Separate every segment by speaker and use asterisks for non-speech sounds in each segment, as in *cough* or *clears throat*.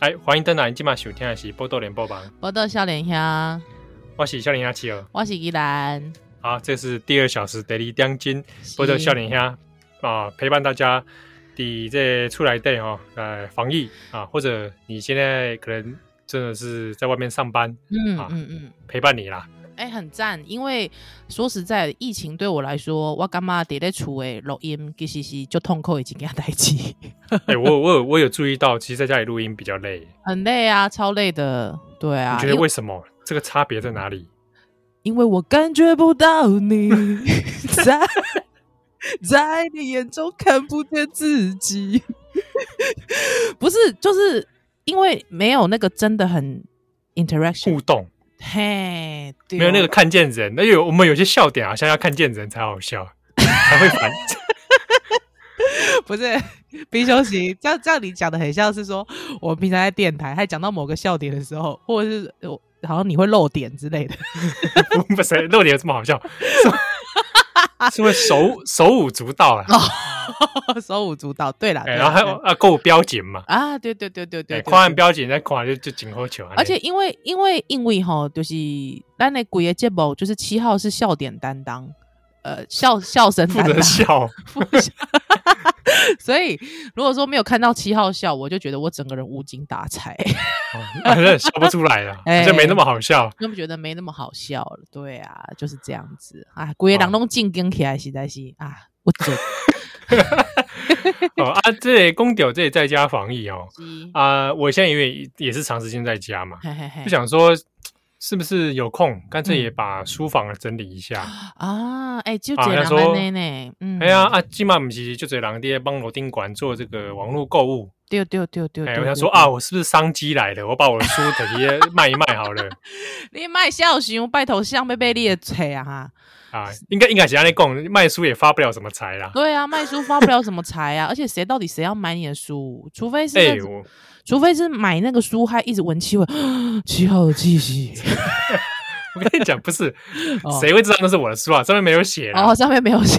Speaker 1: 哎，欢迎登来！今晚收听的是《波多连播榜》，
Speaker 2: 我到笑脸乡，
Speaker 1: 我是笑脸鸭企鹅。
Speaker 2: 我是依兰，
Speaker 1: 好，啊这是第二小时得力将军波多笑脸鸭啊，陪伴大家的这出来带哦，呃，防疫啊，或者你现在可能真的是在外面上班，
Speaker 2: 嗯
Speaker 1: 啊
Speaker 2: 嗯嗯，
Speaker 1: 陪伴你
Speaker 2: *laughs*
Speaker 1: 啦。
Speaker 2: 哎、很赞，因为说实在，疫情对我来说，我干嘛得在厝诶录音，其实是就痛苦已经给他代志， *laughs*
Speaker 1: 哎、我我有我有注意到，其实在家里录音比较累，
Speaker 2: 很累啊，超累的，对啊
Speaker 1: 你，觉
Speaker 2: 因
Speaker 1: 得
Speaker 2: 为
Speaker 1: 为什么？这个差别在哪里？
Speaker 2: 因为我感觉不
Speaker 1: *laughs*
Speaker 2: 到你在。在你眼中看不见自己，不是，就是因为没有那个真的很 interaction，
Speaker 1: 互动
Speaker 2: 嘿，嗯对啊哦
Speaker 1: 没有那个看见人，那哎有我们有些笑点好像要看见人才好
Speaker 2: *laughs*
Speaker 1: 笑，才会烦。
Speaker 2: 不是 *laughs* 冰休息，这样这样你讲的很像是说，我们平常在电台，还讲到某个笑点的时候，或者是我好像你会漏点之类的， *laughs*
Speaker 1: *laughs* 不是露脸有这么好笑？是是会手手舞足蹈啊？
Speaker 2: 手舞足蹈。对啦，
Speaker 1: 哎，
Speaker 2: 哦对啦
Speaker 1: 然后还
Speaker 2: 对
Speaker 1: 有啊，够标警嘛？
Speaker 2: 啊，对对对对对
Speaker 1: 哎，
Speaker 2: 对
Speaker 1: 看完
Speaker 2: 对
Speaker 1: 标警再看就就紧喝球啊。
Speaker 2: 而且因为因为因为吼，就是咱的鬼的节目，就是七号是笑点担当，呃，笑笑声
Speaker 1: 负
Speaker 2: 担
Speaker 1: 责
Speaker 2: 当，
Speaker 1: 笑，哦
Speaker 2: 负责 *laughs* 所以如果说没有看到七号笑，我就觉得我整个人无精打采，
Speaker 1: 反正啊笑不出来了，
Speaker 2: *laughs* 哎
Speaker 1: 好像没那么好笑。
Speaker 2: 那么觉得没那么好笑了。对啊，就是这样子啊，鬼狼都进跟起来，实在是啊，我
Speaker 1: *laughs*
Speaker 2: 准
Speaker 1: 哦啊，这里公屌这里在家防疫哦
Speaker 2: 机，
Speaker 1: 啊，我现在因为也是长时间在家嘛，
Speaker 2: 嘿嘿嘿
Speaker 1: 就想说是不是有空，干脆也
Speaker 2: 嗯
Speaker 1: 把书房整理一下。
Speaker 2: 啊，哎，就
Speaker 1: 啊
Speaker 2: 这
Speaker 1: 他
Speaker 2: 样
Speaker 1: 说
Speaker 2: 安呢，嗯，
Speaker 1: 哎呀，啊，今晚不是就这人在帮楼顶馆做这个网络购物，
Speaker 2: 对，对对对
Speaker 1: 哎、
Speaker 2: 对，
Speaker 1: 我想
Speaker 2: 对
Speaker 1: 说啊，，我是不是商机来了？我把我的书直
Speaker 2: *laughs*
Speaker 1: 接卖一卖好了
Speaker 2: 对你卖笑熊，拜头像被被你的扯啊哈，
Speaker 1: 啊，应该应该是安尼讲，卖书也发不了什么财啦。哎
Speaker 2: 对啊，卖书发不了什么财啊，而且谁到底谁要买你的书？除非是
Speaker 1: 哎、
Speaker 2: 那种，
Speaker 1: 我
Speaker 2: 除非是买那个书还一直闻气味， *gasps* 七号的气息，
Speaker 1: 我跟你讲，不是
Speaker 2: 哦
Speaker 1: 谁会知道那是我的书啊？上面没有写啦、
Speaker 2: 哦，上面没有写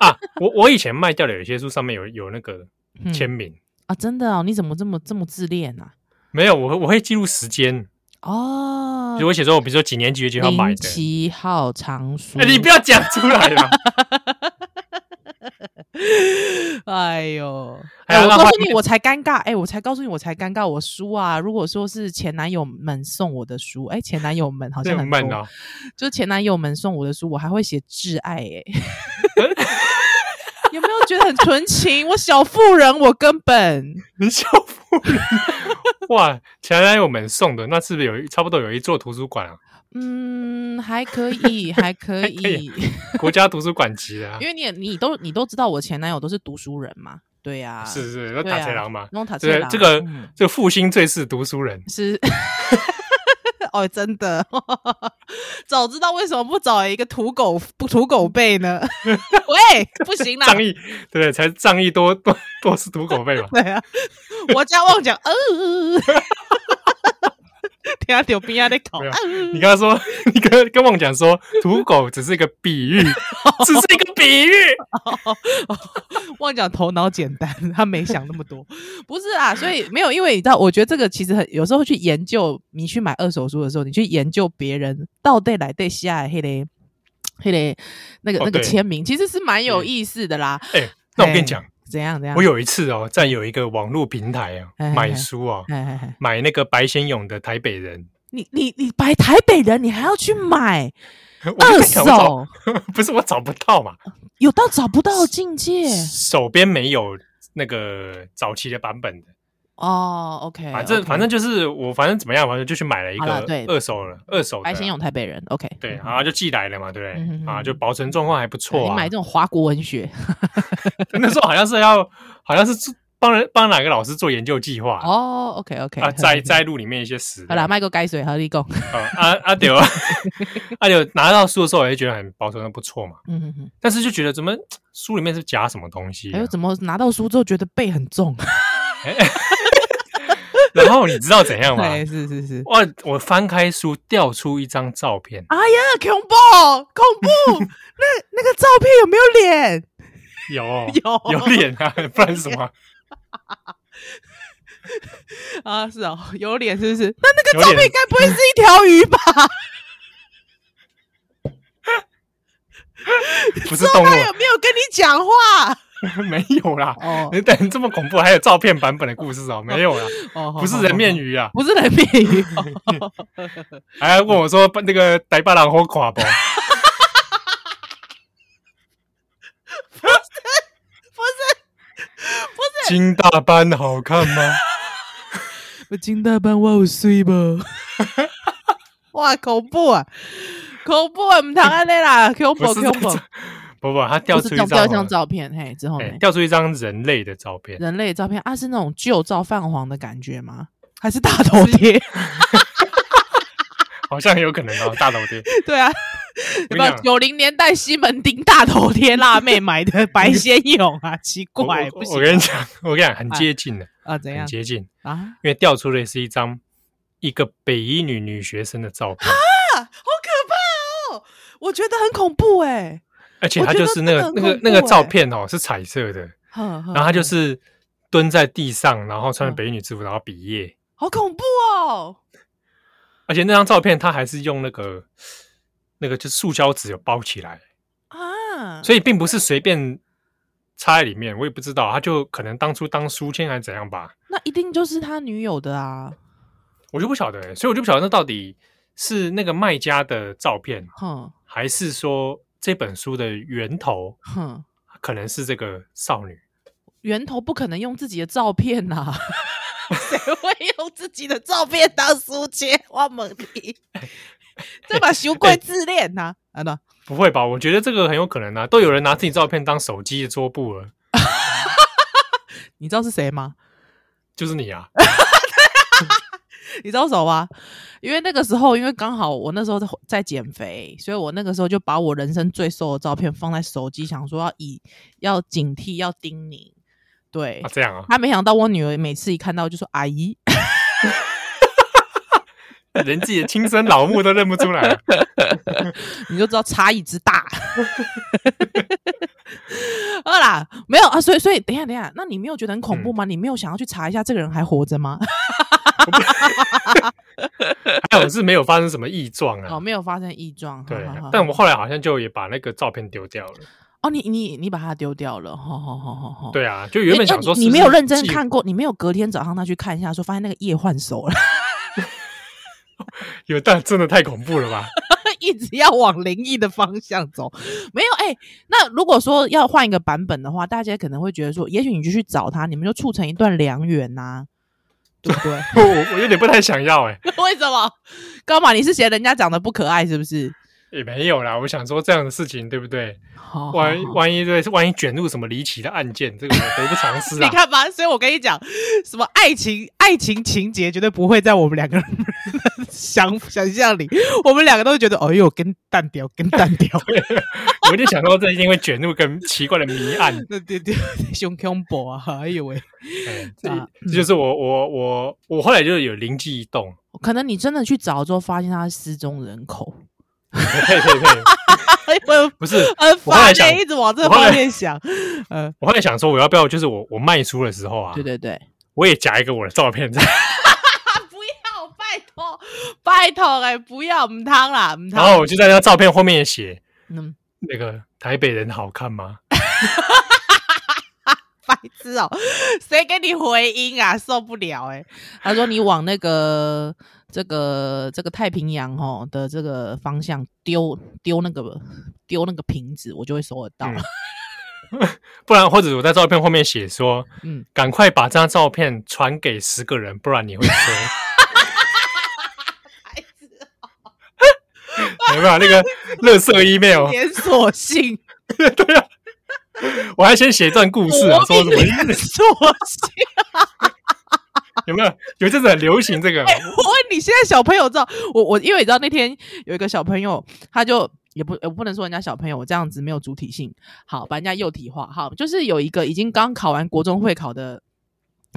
Speaker 1: 啊。我我以前卖掉的有一些书上面有有那个
Speaker 2: 嗯
Speaker 1: 签名，
Speaker 2: 啊，真的哦，你怎么这么这么自恋啊？
Speaker 1: 没有，我会我会记录时间，
Speaker 2: 哦
Speaker 1: 就，我写说我比如说几年几月几号买
Speaker 2: 零
Speaker 1: 的。
Speaker 2: 七号藏书。
Speaker 1: 哎、你不要讲出来了，
Speaker 2: *laughs* 哎呦！
Speaker 1: 还
Speaker 2: 哎、
Speaker 1: 要
Speaker 2: 我
Speaker 1: 让
Speaker 2: 告
Speaker 1: 画
Speaker 2: 诉你，我才尴尬。哎、我才告诉你，我才尴尬。我书啊，如果说是前男友们送我的书，哎、前男友 *laughs* 们好
Speaker 1: 这
Speaker 2: 像
Speaker 1: 很
Speaker 2: 很
Speaker 1: 闷
Speaker 2: 多
Speaker 1: 哦。
Speaker 2: 就是前男友们送我的书，我还会写挚爱、
Speaker 1: *laughs*
Speaker 2: 哎，有没有觉得很纯情？我小妇人，我根本
Speaker 1: 你小妇人，哇！前男友们送的，那是不是有一差不多有一座图书馆啊？
Speaker 2: 嗯，还可
Speaker 1: *laughs*
Speaker 2: 以，还可
Speaker 1: 还可以
Speaker 2: 以，
Speaker 1: 国家图书馆级的、啊
Speaker 2: 因，为你也你都你都知道，我前男友都是读书人嘛，对呀、
Speaker 1: 是是，那
Speaker 2: 对
Speaker 1: 打
Speaker 2: 啊
Speaker 1: 豺狼嘛，
Speaker 2: 弄塔
Speaker 1: 这
Speaker 2: 切
Speaker 1: 个
Speaker 2: 拉
Speaker 1: 这个
Speaker 2: 嗯
Speaker 1: 这个复兴最是读书
Speaker 2: *laughs*
Speaker 1: 人，
Speaker 2: 是。哦，真的，早知道为什么不找一个土狗不土狗辈呢？ *laughs* 喂，不行啦，，
Speaker 1: 仗义对不对？才仗义多多多是土狗辈嘛
Speaker 2: *laughs* 对啊，我家旺讲，呃， *laughs* 听下有边啊在搞，
Speaker 1: 没有
Speaker 2: 呃
Speaker 1: 你跟他说，你跟跟旺讲说，土狗只是一个比
Speaker 2: *laughs*
Speaker 1: 喻，只是一个比喻，
Speaker 2: 忘讲头脑简单，他没想那么多，不是啊，所以没有，因为你知道，我觉得这个其实很有时候去研究，你去买二手书的时候，你去研究别人到底来对下黑嘞黑嘞那个、
Speaker 1: 哦
Speaker 2: 那个
Speaker 1: 对嗯
Speaker 2: 签名，其实是蛮有
Speaker 1: 对
Speaker 2: 意思的啦。
Speaker 1: 哎、那我跟你讲，
Speaker 2: 怎样怎样
Speaker 1: 我，有一次哦，在有一个网络平台啊
Speaker 2: 哎，
Speaker 1: 买书哦，
Speaker 2: 哎哎哎，
Speaker 1: 买那个白先勇的《台北人
Speaker 2: 你你你白台北人，你还要去买》，
Speaker 1: 我就
Speaker 2: 二
Speaker 1: 在想我找，
Speaker 2: 手，
Speaker 1: 不是我找不到嘛，
Speaker 2: 有到找不到的境界
Speaker 1: 手边没有那个早期的版本的。
Speaker 2: 哦。OK，
Speaker 1: 反正
Speaker 2: OK
Speaker 1: 反正就是我反正怎么样，反正就去买了一
Speaker 2: 好啦
Speaker 1: 个
Speaker 2: 对
Speaker 1: 二手了，二手的
Speaker 2: 白先勇台北人，OK，
Speaker 1: 对，
Speaker 2: 嗯
Speaker 1: 然后就寄来了嘛，对不
Speaker 2: 嗯
Speaker 1: 对
Speaker 2: 哼？哼
Speaker 1: 啊，
Speaker 2: 哼
Speaker 1: 就保存状况还不错
Speaker 2: 你
Speaker 1: 啊
Speaker 2: 买。这种华国文学
Speaker 1: *laughs* 那时候好像是要，好像是帮人帮哪个老师做研究计划
Speaker 2: 哦，OK OK，
Speaker 1: 啊，摘摘录里面一些史
Speaker 2: 好
Speaker 1: 料。
Speaker 2: 啦，
Speaker 1: 啊
Speaker 2: 麦克改水和立功，
Speaker 1: 啊啊对
Speaker 2: *laughs*
Speaker 1: 啊，啊对，拿到书的时候也觉得很保存的不错嘛，
Speaker 2: 嗯嗯嗯，
Speaker 1: 但是就觉得怎么书里面是夹什么东西
Speaker 2: 哎
Speaker 1: 啊
Speaker 2: 呦，？怎么拿到书之后觉得背很重？
Speaker 1: 然后你知道怎样
Speaker 2: *laughs*
Speaker 1: 吗？
Speaker 2: 对，哎是是是，
Speaker 1: 哇，我翻开书，调出一张照片，
Speaker 2: 哎呀，恐怖恐 *laughs* 怖，那那个照片有没有脸？
Speaker 1: 有
Speaker 2: *laughs* 有哦 *laughs*
Speaker 1: 有脸啊，不然是什么？
Speaker 2: 啊，是哦，有脸是不是？那那个
Speaker 1: 有
Speaker 2: 照
Speaker 1: 脸
Speaker 2: 片该不会是一条鱼吧？
Speaker 1: 不是动
Speaker 2: 他有
Speaker 1: 物，
Speaker 2: 没有跟你讲话？
Speaker 1: *laughs* 没有啦。
Speaker 2: 哦
Speaker 1: *laughs* 你等这么恐怖，还有照片版本的故事哦，没有啦， *laughs*
Speaker 2: 哦，
Speaker 1: 不是人面
Speaker 2: 鱼，
Speaker 1: 鱼啊，
Speaker 2: 不是人面鱼，
Speaker 1: 还问我说那个呆巴郎好垮不？金大班好看吗？哦
Speaker 2: *laughs* 金大班我有
Speaker 1: *laughs*
Speaker 2: 水无？哇，恐怖啊！恐怖啊！唔通安尼啦，恐怖
Speaker 1: 不是这
Speaker 2: 恐怖，
Speaker 1: 不不，他调
Speaker 2: 不
Speaker 1: 出
Speaker 2: 是
Speaker 1: 一
Speaker 2: 这种标
Speaker 1: 张
Speaker 2: 像，照片，嘿，之后呢
Speaker 1: 哎，调出一张人类的照片，
Speaker 2: 人类的照片啊，是那种旧照泛黄的感觉吗？还是大头
Speaker 1: *laughs*
Speaker 2: 贴？
Speaker 1: 好像有可能哦，大头贴。
Speaker 2: 对啊，有
Speaker 1: 跟你
Speaker 2: 没有
Speaker 1: 讲
Speaker 2: 九零年代西门町大头贴辣妹买的白先勇啊？奇
Speaker 1: 我
Speaker 2: 怪，
Speaker 1: 我
Speaker 2: 不行
Speaker 1: 我跟你讲，我跟你讲，很接近的，
Speaker 2: 啊，怎
Speaker 1: 很
Speaker 2: 样
Speaker 1: 接近，因
Speaker 2: 啊？
Speaker 1: 为调出的是一张一个北医女女学生的照片，
Speaker 2: 啊，好可怕哦！我觉得很恐怖
Speaker 1: 欸
Speaker 2: 哎、
Speaker 1: 而且
Speaker 2: 我
Speaker 1: 她
Speaker 2: 觉
Speaker 1: 就
Speaker 2: 得
Speaker 1: 是那个
Speaker 2: 真
Speaker 1: 那
Speaker 2: 的很
Speaker 1: 个
Speaker 2: 恐
Speaker 1: 那个
Speaker 2: 怖
Speaker 1: 照
Speaker 2: 哎
Speaker 1: 片哦，是彩色的，
Speaker 2: 呵呵
Speaker 1: 然后她就是蹲在地上，然后穿着
Speaker 2: 嗯
Speaker 1: 北医女制服，然后比耶，
Speaker 2: 好恐怖哦！
Speaker 1: 而且那张照片她还是用那个那个就是塑胶纸有包起来，
Speaker 2: 啊，
Speaker 1: 所以并不是随便插在里面，我也不知道，他就可能当初当书签还是怎样吧，
Speaker 2: 那一定就是他女友的啊，
Speaker 1: 我就不晓得、欸，所以我就不晓得那到底是那个卖家的照片，
Speaker 2: 哼
Speaker 1: 还是说这本书的源头
Speaker 2: 哼，
Speaker 1: 可能是这个少女？
Speaker 2: 源头不可能用自己的照片呐、 *laughs* 谁会用自己的照片当书签？我猛你，这把羞愧自恋呐、啊！那、
Speaker 1: 不会吧？我觉得这个很有可能啊，都有人拿自己照片当手机的桌布了，
Speaker 2: 你知道是谁吗？
Speaker 1: 就是你啊！
Speaker 2: 你知道什么吗？因为那个时候，因为刚好我那时候在在减肥，所以我那个时候就把我人生最瘦的照片放在手机，想说要以要警惕，要叮咛。对
Speaker 1: 啊，，这样啊，
Speaker 2: 他没想到我女儿每次一看到就说：“阿姨，
Speaker 1: 连自己的亲生老母都认不出来 *laughs* 啊，
Speaker 2: 你就知道差异之大。 *laughs* 好啦，没有啊，所以所以等一下等一下，那你没有觉得
Speaker 1: 嗯
Speaker 2: 很恐怖吗？你没有想要去查一下这个人还活着吗？
Speaker 1: 还哎有是没有发生什么异状
Speaker 2: 哦，
Speaker 1: 啊。
Speaker 2: 没有发生异状。
Speaker 1: 对啊
Speaker 2: 哈哈哈，
Speaker 1: 但我后来好像就也把那个照片丢掉了。
Speaker 2: 哦，你你你把它丢掉了，吼吼吼吼吼。
Speaker 1: 对啊，就原本
Speaker 2: 欸
Speaker 1: 想说是
Speaker 2: 欸你
Speaker 1: 不是
Speaker 2: 你没有认真
Speaker 1: 寄，
Speaker 2: 看过，你没有隔天早上他去看一下，说发现那个叶换手了，
Speaker 1: 有但真的太恐怖了吧？ *laughs*
Speaker 2: *laughs* 一直要往灵异的方向走。没有哎、欸那如果说要换一个版本的话，大家可能会觉得说，也许你就去找他，你们就促成一段良缘呐、对不对？
Speaker 1: 我我有点不太想要哎、
Speaker 2: *laughs* 为什么？高马，你是嫌人家长得不可爱是不是？
Speaker 1: 也没有啦。我想说这样的事情对不对？
Speaker 2: 好
Speaker 1: 万一
Speaker 2: 哦好好
Speaker 1: 万一对，万一卷入什么离奇的案件，这个我得不偿失
Speaker 2: *laughs* 你
Speaker 1: 啊。
Speaker 2: 看吧，所以我跟你讲，什么爱情爱情情节绝对不会在我们两个人的 *laughs* 想想象里，我们两个都会觉得，哎呦，跟淡掉，跟淡掉。 *laughs*
Speaker 1: 我有点想说这一定会卷入跟奇怪的谜案。
Speaker 2: 对对对，胸恐怖啊！哎呦喂， *laughs*
Speaker 1: 哎这
Speaker 2: 啊
Speaker 1: 这就是我我我我后来就有灵机一动， *laughs*
Speaker 2: 可能你真的去找之后，发现他是失踪人口，
Speaker 1: 对对对，
Speaker 2: *laughs* 哎我
Speaker 1: 不是。
Speaker 2: 很
Speaker 1: 我后来
Speaker 2: 烦
Speaker 1: 想
Speaker 2: 欸，一直往这
Speaker 1: 我后来
Speaker 2: 方
Speaker 1: *laughs*
Speaker 2: 面想。呃，
Speaker 1: 我后来想说，我要不要就是我我卖书的时候啊，
Speaker 2: 对对对，
Speaker 1: 我也夹一个我的照
Speaker 2: *laughs*
Speaker 1: 片在，
Speaker 2: 啊，不要，拜托，拜托，哎，不要，唔汤啦，唔
Speaker 1: 然后我就在那照片后面也写
Speaker 2: 嗯，
Speaker 1: 那个台北人好看吗？
Speaker 2: 白痴哦、谁给你回音啊？受不了哎、他说你往那个这个这个太平洋哦的这个方向丢丢那个丢那个瓶子，我就会收得到。
Speaker 1: 嗯不然或者我在照片后面写说，
Speaker 2: 嗯
Speaker 1: 赶快把这张照片传给十个人，不然你会飞。
Speaker 2: 白痴哦
Speaker 1: 有没有那个乐色 email？
Speaker 2: *laughs* 连锁性，
Speaker 1: 对啊，我还先写一段故事啊，说
Speaker 2: 国
Speaker 1: 什
Speaker 2: 民
Speaker 1: 么
Speaker 2: 连锁性。
Speaker 1: 有没有？有一阵子很流行这个，
Speaker 2: *laughs* 我问你，现在小朋友知道我我，因为你知道那天有一个小朋友，他就也不我不能说人家小朋友，我这样子没有主体性，好把人家幼体化，好，就是有一个已经刚考完国中会考的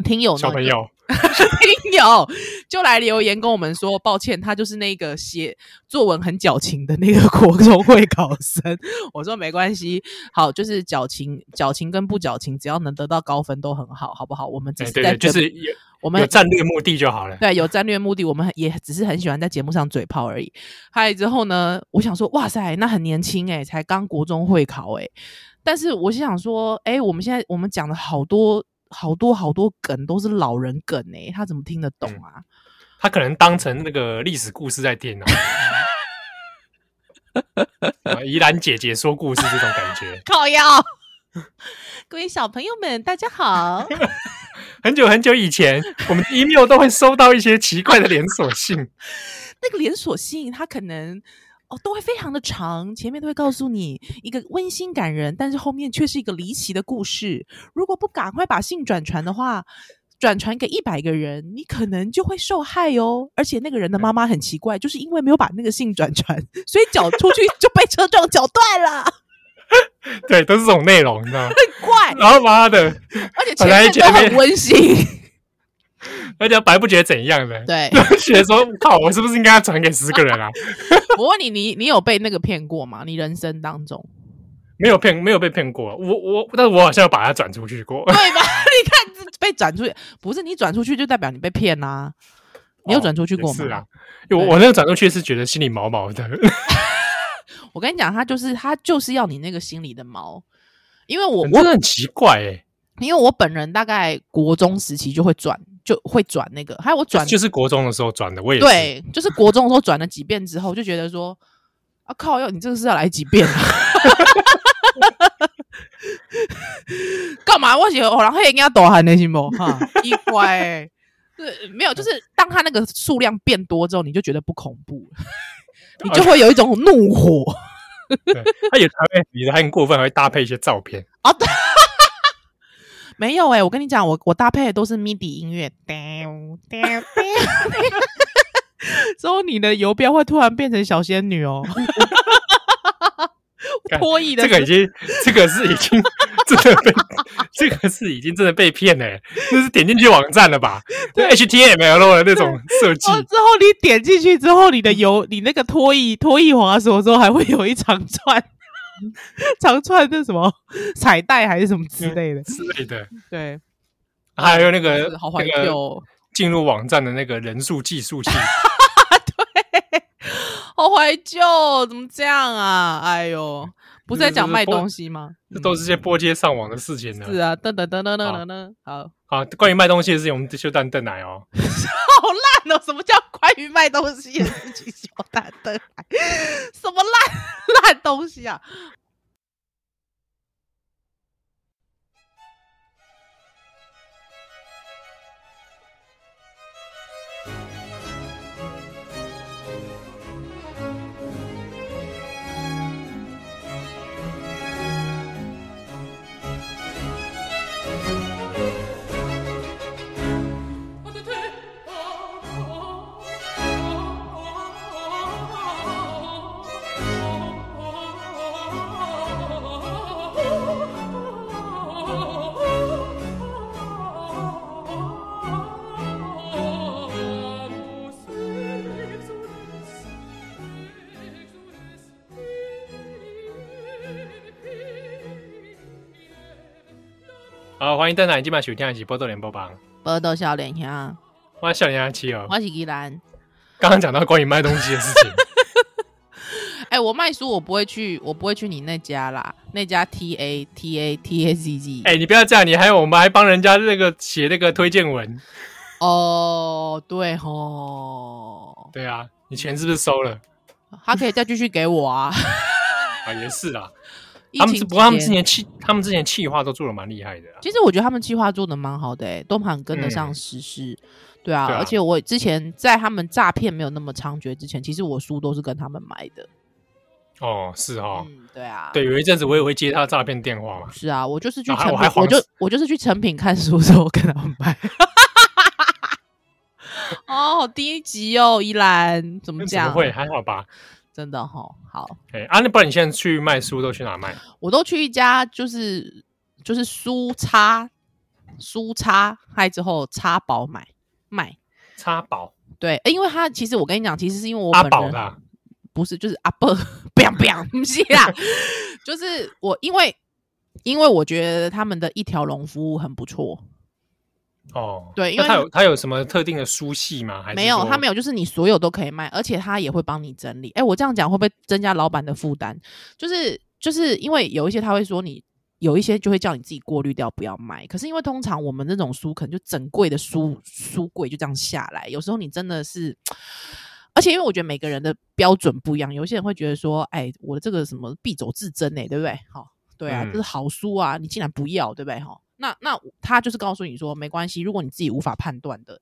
Speaker 2: 听友呢，
Speaker 1: 小朋友
Speaker 2: 听友就来留言跟我们说，抱歉，他就是那个写作文很矫情的那个国中会考生。 *laughs* 我说没关系，好，就是矫情，矫情跟不矫情，只要能得到高分都很好，好不好？我们只
Speaker 1: 哎
Speaker 2: 是
Speaker 1: 对
Speaker 2: 在
Speaker 1: 对，就
Speaker 2: 这
Speaker 1: 是有
Speaker 2: 我
Speaker 1: 有
Speaker 2: 们
Speaker 1: 战略目的就好了。
Speaker 2: 对，有战略目的，我们很也只是很喜欢在节目上嘴炮而已。还有之后呢，我想说，哇塞，那很年轻哎、才刚国中会考哎、但是我是想说，哎、我们现在我们讲的好多好多好多梗都是老人梗哎、他怎么听得懂
Speaker 1: 嗯
Speaker 2: 啊？
Speaker 1: 他可能当成那个历史故事在 *laughs* 听啊。啊宜兰姐姐说故事这种感觉，
Speaker 2: 靠腰， *laughs* 各位小朋友们，大家好。
Speaker 1: 很久很久以前，我们 email 都会收到一些奇怪的连锁信。
Speaker 2: 那个连锁信，它可能哦都会非常的长，前面都会告诉你一个温馨感人，但是后面却是一个离奇的故事。如果不赶快把信转传的话，转传给一百个人，你可能就会受害哦。而且那个人的妈妈很奇怪，就是因为没有把那个信转传，所以脚出去就被车撞，脚断
Speaker 1: *laughs*
Speaker 2: 了，
Speaker 1: 对，都是这种内容，你知道
Speaker 2: *laughs*
Speaker 1: 吗？
Speaker 2: 很怪。
Speaker 1: 然后妈的，
Speaker 2: 嗯而且前
Speaker 1: 本来
Speaker 2: 面
Speaker 1: 前
Speaker 2: 都很
Speaker 1: 面
Speaker 2: 温
Speaker 1: *laughs*
Speaker 2: 馨，
Speaker 1: 而且白不觉得怎样的，
Speaker 2: 对。
Speaker 1: 就觉得说，靠，我是不是应该要传给十个人啊？
Speaker 2: 我问你，你你有被那个骗过吗？你人生当中，
Speaker 1: 没有骗，没有被骗过。我我，但是我好像有把它转出去过。
Speaker 2: *laughs* 对吧？你看这被转出去，不是你转出去就代表你被骗啦、你有转出去过
Speaker 1: 哦
Speaker 2: 吗？
Speaker 1: 也是啊，因为我我那个转出去是觉得心里毛毛的。
Speaker 2: 我跟你讲，他就是他就是要你那个心里的毛，因为我
Speaker 1: 我 *laughs* 真
Speaker 2: 我
Speaker 1: 的很奇怪哎、
Speaker 2: 因为我本人大概国中时期就会转就会转那个，还有我转
Speaker 1: 就是国中的时候转的，我也是。
Speaker 2: 对，就是国中的时候转了几遍之后，就觉得说啊靠哟，要你这个是要来几遍啊？ *laughs* 干嘛？我写我然后人家抖喊的行不？哈，奇怪、欸，是没有，就是当他那个数量变多之后，你就觉得不恐怖了， *laughs* 你就会有一种怒火。
Speaker 1: 对，他也还会，你的还很过分，还会搭配一些照片。
Speaker 2: 没有哎、我跟你讲，我我搭配的都是 MIDI 音乐， *laughs* 叮叮叮之后你的游标会突然变成小仙女哦，
Speaker 1: *laughs* 干
Speaker 2: 脱衣的
Speaker 1: 这个已
Speaker 2: 是
Speaker 1: 经，这个是已经真的被，这个是已经真的被骗了、欸。这是点进去网站了吧？对 HTML 的那种设计
Speaker 2: 之，后之后你点进去之后，你的游你那个脱衣脱衣滑索的时候，还会有一长串 *laughs* 长串那什么彩带还是什么之类的，
Speaker 1: 之类的，
Speaker 2: 对，
Speaker 1: 还有那个
Speaker 2: 哦就是好怀
Speaker 1: 那
Speaker 2: 旧
Speaker 1: 呃个
Speaker 2: 哦、
Speaker 1: 进入网站的那个人数计数器，
Speaker 2: 好怀旧哦，怎么这样啊？哎呦，不是在
Speaker 1: 这
Speaker 2: 讲
Speaker 1: 这
Speaker 2: 卖
Speaker 1: 播
Speaker 2: 东西吗？
Speaker 1: 这都是些拨接上网的事情呢、
Speaker 2: 嗯是啊，噔噔噔噔噔噔噔，好。
Speaker 1: 啊，关于卖东西的事情，我们就蛋邓来哦。
Speaker 2: 好烂哦！什么叫关于卖东西的事情小蛋灯？什么烂烂东西啊？
Speaker 1: 好，欢迎邓来，今晚收听的是《波多连播榜》，
Speaker 2: 报道笑脸兄，
Speaker 1: 我是笑脸阿七哦。
Speaker 2: 我是依兰。
Speaker 1: 刚刚讲到关于卖东西的事
Speaker 2: *laughs*
Speaker 1: 情，
Speaker 2: 哎、我卖书我不会去，我不会去你那家啦，那家 T A T A T A Z Z。
Speaker 1: 哎、你不要这样，你还有我们还帮人家那个写那个推荐文，
Speaker 2: 哦，对吼，
Speaker 1: 对啊，你钱是不是收了？
Speaker 2: 他可以再继续给我啊。
Speaker 1: 啊，也是啦，
Speaker 2: 疫
Speaker 1: 他们
Speaker 2: 情
Speaker 1: 是不过他们
Speaker 2: 期
Speaker 1: 之
Speaker 2: 间
Speaker 1: 前气，他们之前气话都做的蛮厉害的啦。啊
Speaker 2: 其实我觉得他们计划做的蛮好的、欸，都蛮跟得上
Speaker 1: 嗯
Speaker 2: 时事。对啊，
Speaker 1: 对啊
Speaker 2: 而且我之前在他们诈骗没有那么猖獗之前，其实我书都是跟他们买的。
Speaker 1: 哦，是哦，
Speaker 2: 嗯，对啊，，
Speaker 1: 对，有一阵子我也会接他诈骗电话嘛。
Speaker 2: 是啊，我就是去
Speaker 1: 然后
Speaker 2: 成品，
Speaker 1: 我还
Speaker 2: 我
Speaker 1: 黄
Speaker 2: 就我就是去成品看书的时候跟他们
Speaker 1: *laughs*
Speaker 2: 买。哦，好低级哦，依兰怎么
Speaker 1: 怎
Speaker 2: 讲？
Speaker 1: 么会？还好吧？
Speaker 2: 真的哈、哦，好，
Speaker 1: 哎、啊，那不然你现在去卖书都去哪卖？
Speaker 2: 我都去一家就是就是书叉书叉，嗨之后叉宝买。卖。
Speaker 1: 插宝
Speaker 2: 对，因为他其实我跟你讲，其实是因为我
Speaker 1: 阿
Speaker 2: 本
Speaker 1: 宝啊
Speaker 2: 人
Speaker 1: 啦，
Speaker 2: 不是，就是阿伯， *laughs* 不要不要，不是啦，就是我，因为因为我觉得他们的一条龙服务很不错，
Speaker 1: 哦，
Speaker 2: 对因
Speaker 1: 那
Speaker 2: 为
Speaker 1: 他有他有什么特定的书系吗？还是
Speaker 2: 没有，
Speaker 1: 说
Speaker 2: 他没有，就是你所有都可以卖，而且他也会帮你整理。哎、我这样讲会不会增加老板的负担？就是就是因为有一些他会说你。有一些就会叫你自己过滤掉，不要卖。可是因为通常我们那种书，可能就整柜的书书柜就这样下来。有时候你真的是，而且因为我觉得每个人的标准不一样，有些人会觉得说，哎，我的这个什么必走至真呢、对不对？好、对啊，
Speaker 1: 嗯
Speaker 2: 这是好书啊，你竟然不要，对不对？哈、那那他就是告诉你说，没关系，如果你自己无法判断的，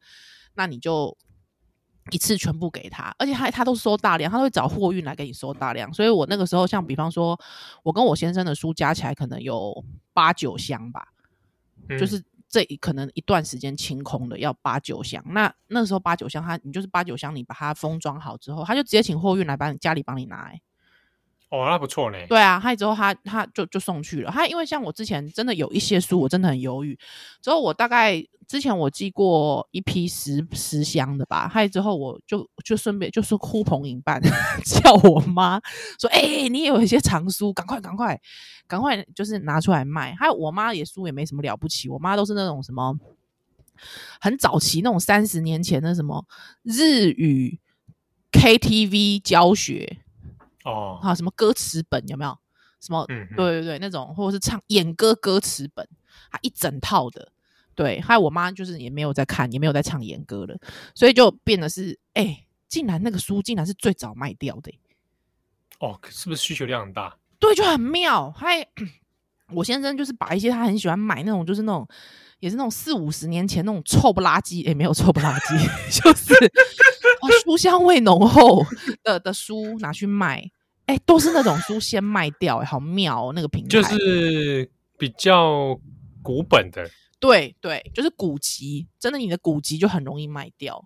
Speaker 2: 那你就一次全部给他，而且他他都收大量，他都会找货运来给你收大量。所以我那个时候，像比方说，我跟我先生的书加起来可能有八九箱吧，
Speaker 1: 嗯
Speaker 2: 就是这一可能一段时间清空的要八九箱。那那时候八九箱他，你就是八九箱，你把它封装好之后，他就直接请货运来帮你家里帮你拿、欸。
Speaker 1: 哦，那不错呢。
Speaker 2: 对啊，他之后他他就就送去了。他因为像我之前真的有一些书，我真的很犹豫。之后我大概之前我寄过一批十十箱的吧，还之后我就就顺便就是呼朋引伴， *laughs* 叫我妈说：“哎、你也有一些藏书，赶快赶快赶快，就是拿出来卖。”还有我妈也书也没什么了不起，我妈都是那种什么很早期那种三十年前的什么日语 KTV 教学，
Speaker 1: 哦，
Speaker 2: 啊，什么歌词本有没有？什么？
Speaker 1: 嗯，嗯
Speaker 2: 对，对对，那种或者是唱演歌歌词本，啊，一整套的。对，还有我妈就是也没有在看，也没有在唱演歌了，所以就变得是，哎、竟然那个书竟然是最早卖掉的、
Speaker 1: 哦，是不是需求量很大？
Speaker 2: 对，就很妙。还我先生就是把一些他很喜欢买那种，就是那种也是那种四五十年前那种臭不拉几，也、没有臭不拉几， *laughs* 就是啊书香味浓厚的的书拿去卖。哎、都是那种书先卖掉、哎，好妙哦，那个平台。
Speaker 1: 就是比较古本的，
Speaker 2: 对对，就是古籍，真的你的古籍就很容易卖掉，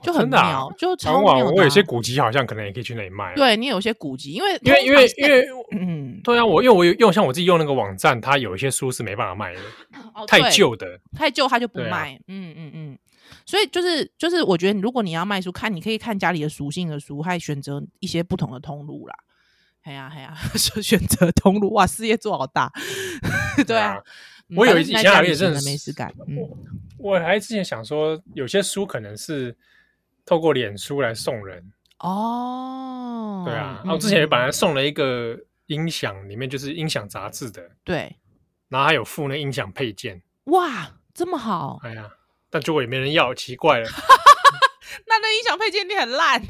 Speaker 2: 就
Speaker 1: 哦
Speaker 2: 很
Speaker 1: 真的啊
Speaker 2: 妙，就
Speaker 1: 台
Speaker 2: 超
Speaker 1: 湾
Speaker 2: 妙的啊、
Speaker 1: 我有些古籍好像可能也可以去那里卖啊。
Speaker 2: 对你有些古籍，因为
Speaker 1: 因为因为
Speaker 2: 通
Speaker 1: 因
Speaker 2: 常
Speaker 1: 为
Speaker 2: 嗯，
Speaker 1: 对啊，我因为我有用像我自己用那个网站，它有一些书是没办法卖的，*laughs*
Speaker 2: 哦
Speaker 1: 太
Speaker 2: 对
Speaker 1: 旧的。
Speaker 2: 太旧他就不
Speaker 1: 对啊
Speaker 2: 卖。嗯嗯嗯。所以就是就是，我觉得你如果你要卖书，看你可以看家里的属性的书，还选择一些不同的通路啦。哎呀哎呀， *laughs* 就选择通路哇，事业做好大。 *laughs* 对啊，，嗯
Speaker 1: 我有
Speaker 2: 反
Speaker 1: 一
Speaker 2: 正
Speaker 1: 以
Speaker 2: 在
Speaker 1: 前
Speaker 2: 家
Speaker 1: 有
Speaker 2: 里
Speaker 1: 一
Speaker 2: 闲
Speaker 1: 阵
Speaker 2: 着
Speaker 1: 子
Speaker 2: 没事干，嗯，
Speaker 1: 我我还之前想说，有些书可能是透过脸书来送人，
Speaker 2: 哦，
Speaker 1: 对啊。
Speaker 2: 嗯
Speaker 1: 然后之前也
Speaker 2: 嗯
Speaker 1: 本来送了一个音响，里面就是音响杂志的，
Speaker 2: 对，
Speaker 1: 然后还有附那音响配件，
Speaker 2: 哇，这
Speaker 1: *laughs*
Speaker 2: 么好，
Speaker 1: 哎呀，但结果也没人要，奇怪
Speaker 2: *laughs*
Speaker 1: 了。
Speaker 2: 那那音响配件你很烂。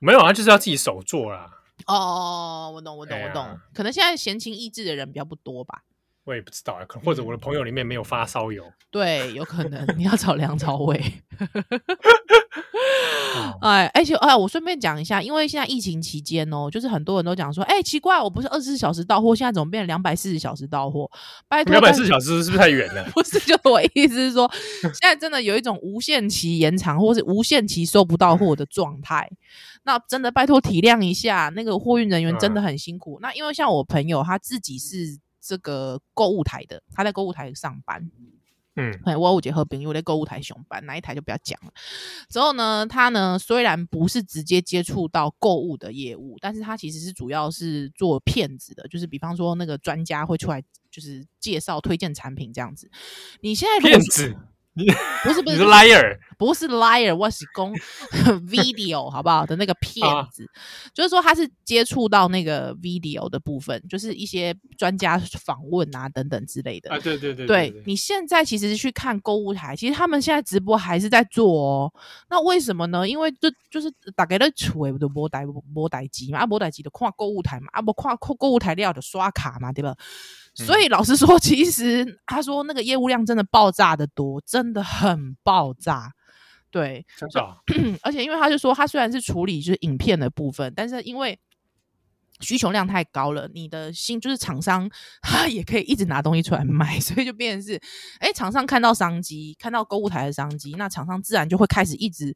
Speaker 1: 没有啊，就是要自己手做啦，
Speaker 2: 哦，我懂，我懂，
Speaker 1: 对
Speaker 2: 我
Speaker 1: 啊
Speaker 2: 懂。可能现在闲情逸致的人比较不多吧？
Speaker 1: 我也不知道啊，可能或者我的
Speaker 2: 嗯
Speaker 1: 朋友里面没有发烧友，
Speaker 2: 哎对，有可能你要找梁朝伟。
Speaker 1: 哦
Speaker 2: 哎，而且哎，我顺便讲一下，因为现在疫情期间哦，就是很多人都讲说，哎，奇怪，我不是二十四小时到货，现在怎么变两百四十小时到货？拜托，
Speaker 1: 两百
Speaker 2: 拜
Speaker 1: 四小时是不是太远了？
Speaker 2: 不是，就我意思是说，现在真的有一种无限期延长或是无限期收不到货的状态。那真的拜托体谅一下，那个货运人员真
Speaker 1: 嗯
Speaker 2: 的很辛苦。那因为像我朋友他自己是这个购物台的，他在购物台上班，
Speaker 1: 嗯，
Speaker 2: 哎，我有节喝冰，因为我在购物台熊班哪一台就不要讲了。之后呢，他呢虽然不是直接接触到购物的业务，但是他其实是主要是做骗子的，就是比方说那个专家会出来就是介绍推荐产品这样子。你现在如果
Speaker 1: 骗
Speaker 2: 是
Speaker 1: 子，
Speaker 2: 不是不
Speaker 1: 你
Speaker 2: 是
Speaker 1: 是
Speaker 2: 不是
Speaker 1: liar
Speaker 2: 不是 liar，我是
Speaker 1: *laughs*
Speaker 2: 公 video 好不好的那个骗
Speaker 1: 啊
Speaker 2: 子，就是说他是接触到那个 video 的部分，就是一些专家访问啊等等之类的。
Speaker 1: 啊！对对对
Speaker 2: 对
Speaker 1: 对，
Speaker 2: 你现在其实去看购物台，其实他们现在直播还是在做哦。那为什么呢？因为就就是大家在厝诶，就无台无台机嘛，啊无台机就看购物台嘛，啊无看购购物台了就刷卡嘛，对吧？所以老实说，其实他说那个业务量真的爆炸的多，真的很爆炸。对，
Speaker 1: 真的啊
Speaker 2: 嗯而且因为他就说，他虽然是处理就是影片的部分，但是因为需求量太高了，你的新就是厂商他也可以一直拿东西出来卖， *laughs* 所以就变成是，哎，厂商看到商机，看到购物台的商机，那厂商自然就会开始一直。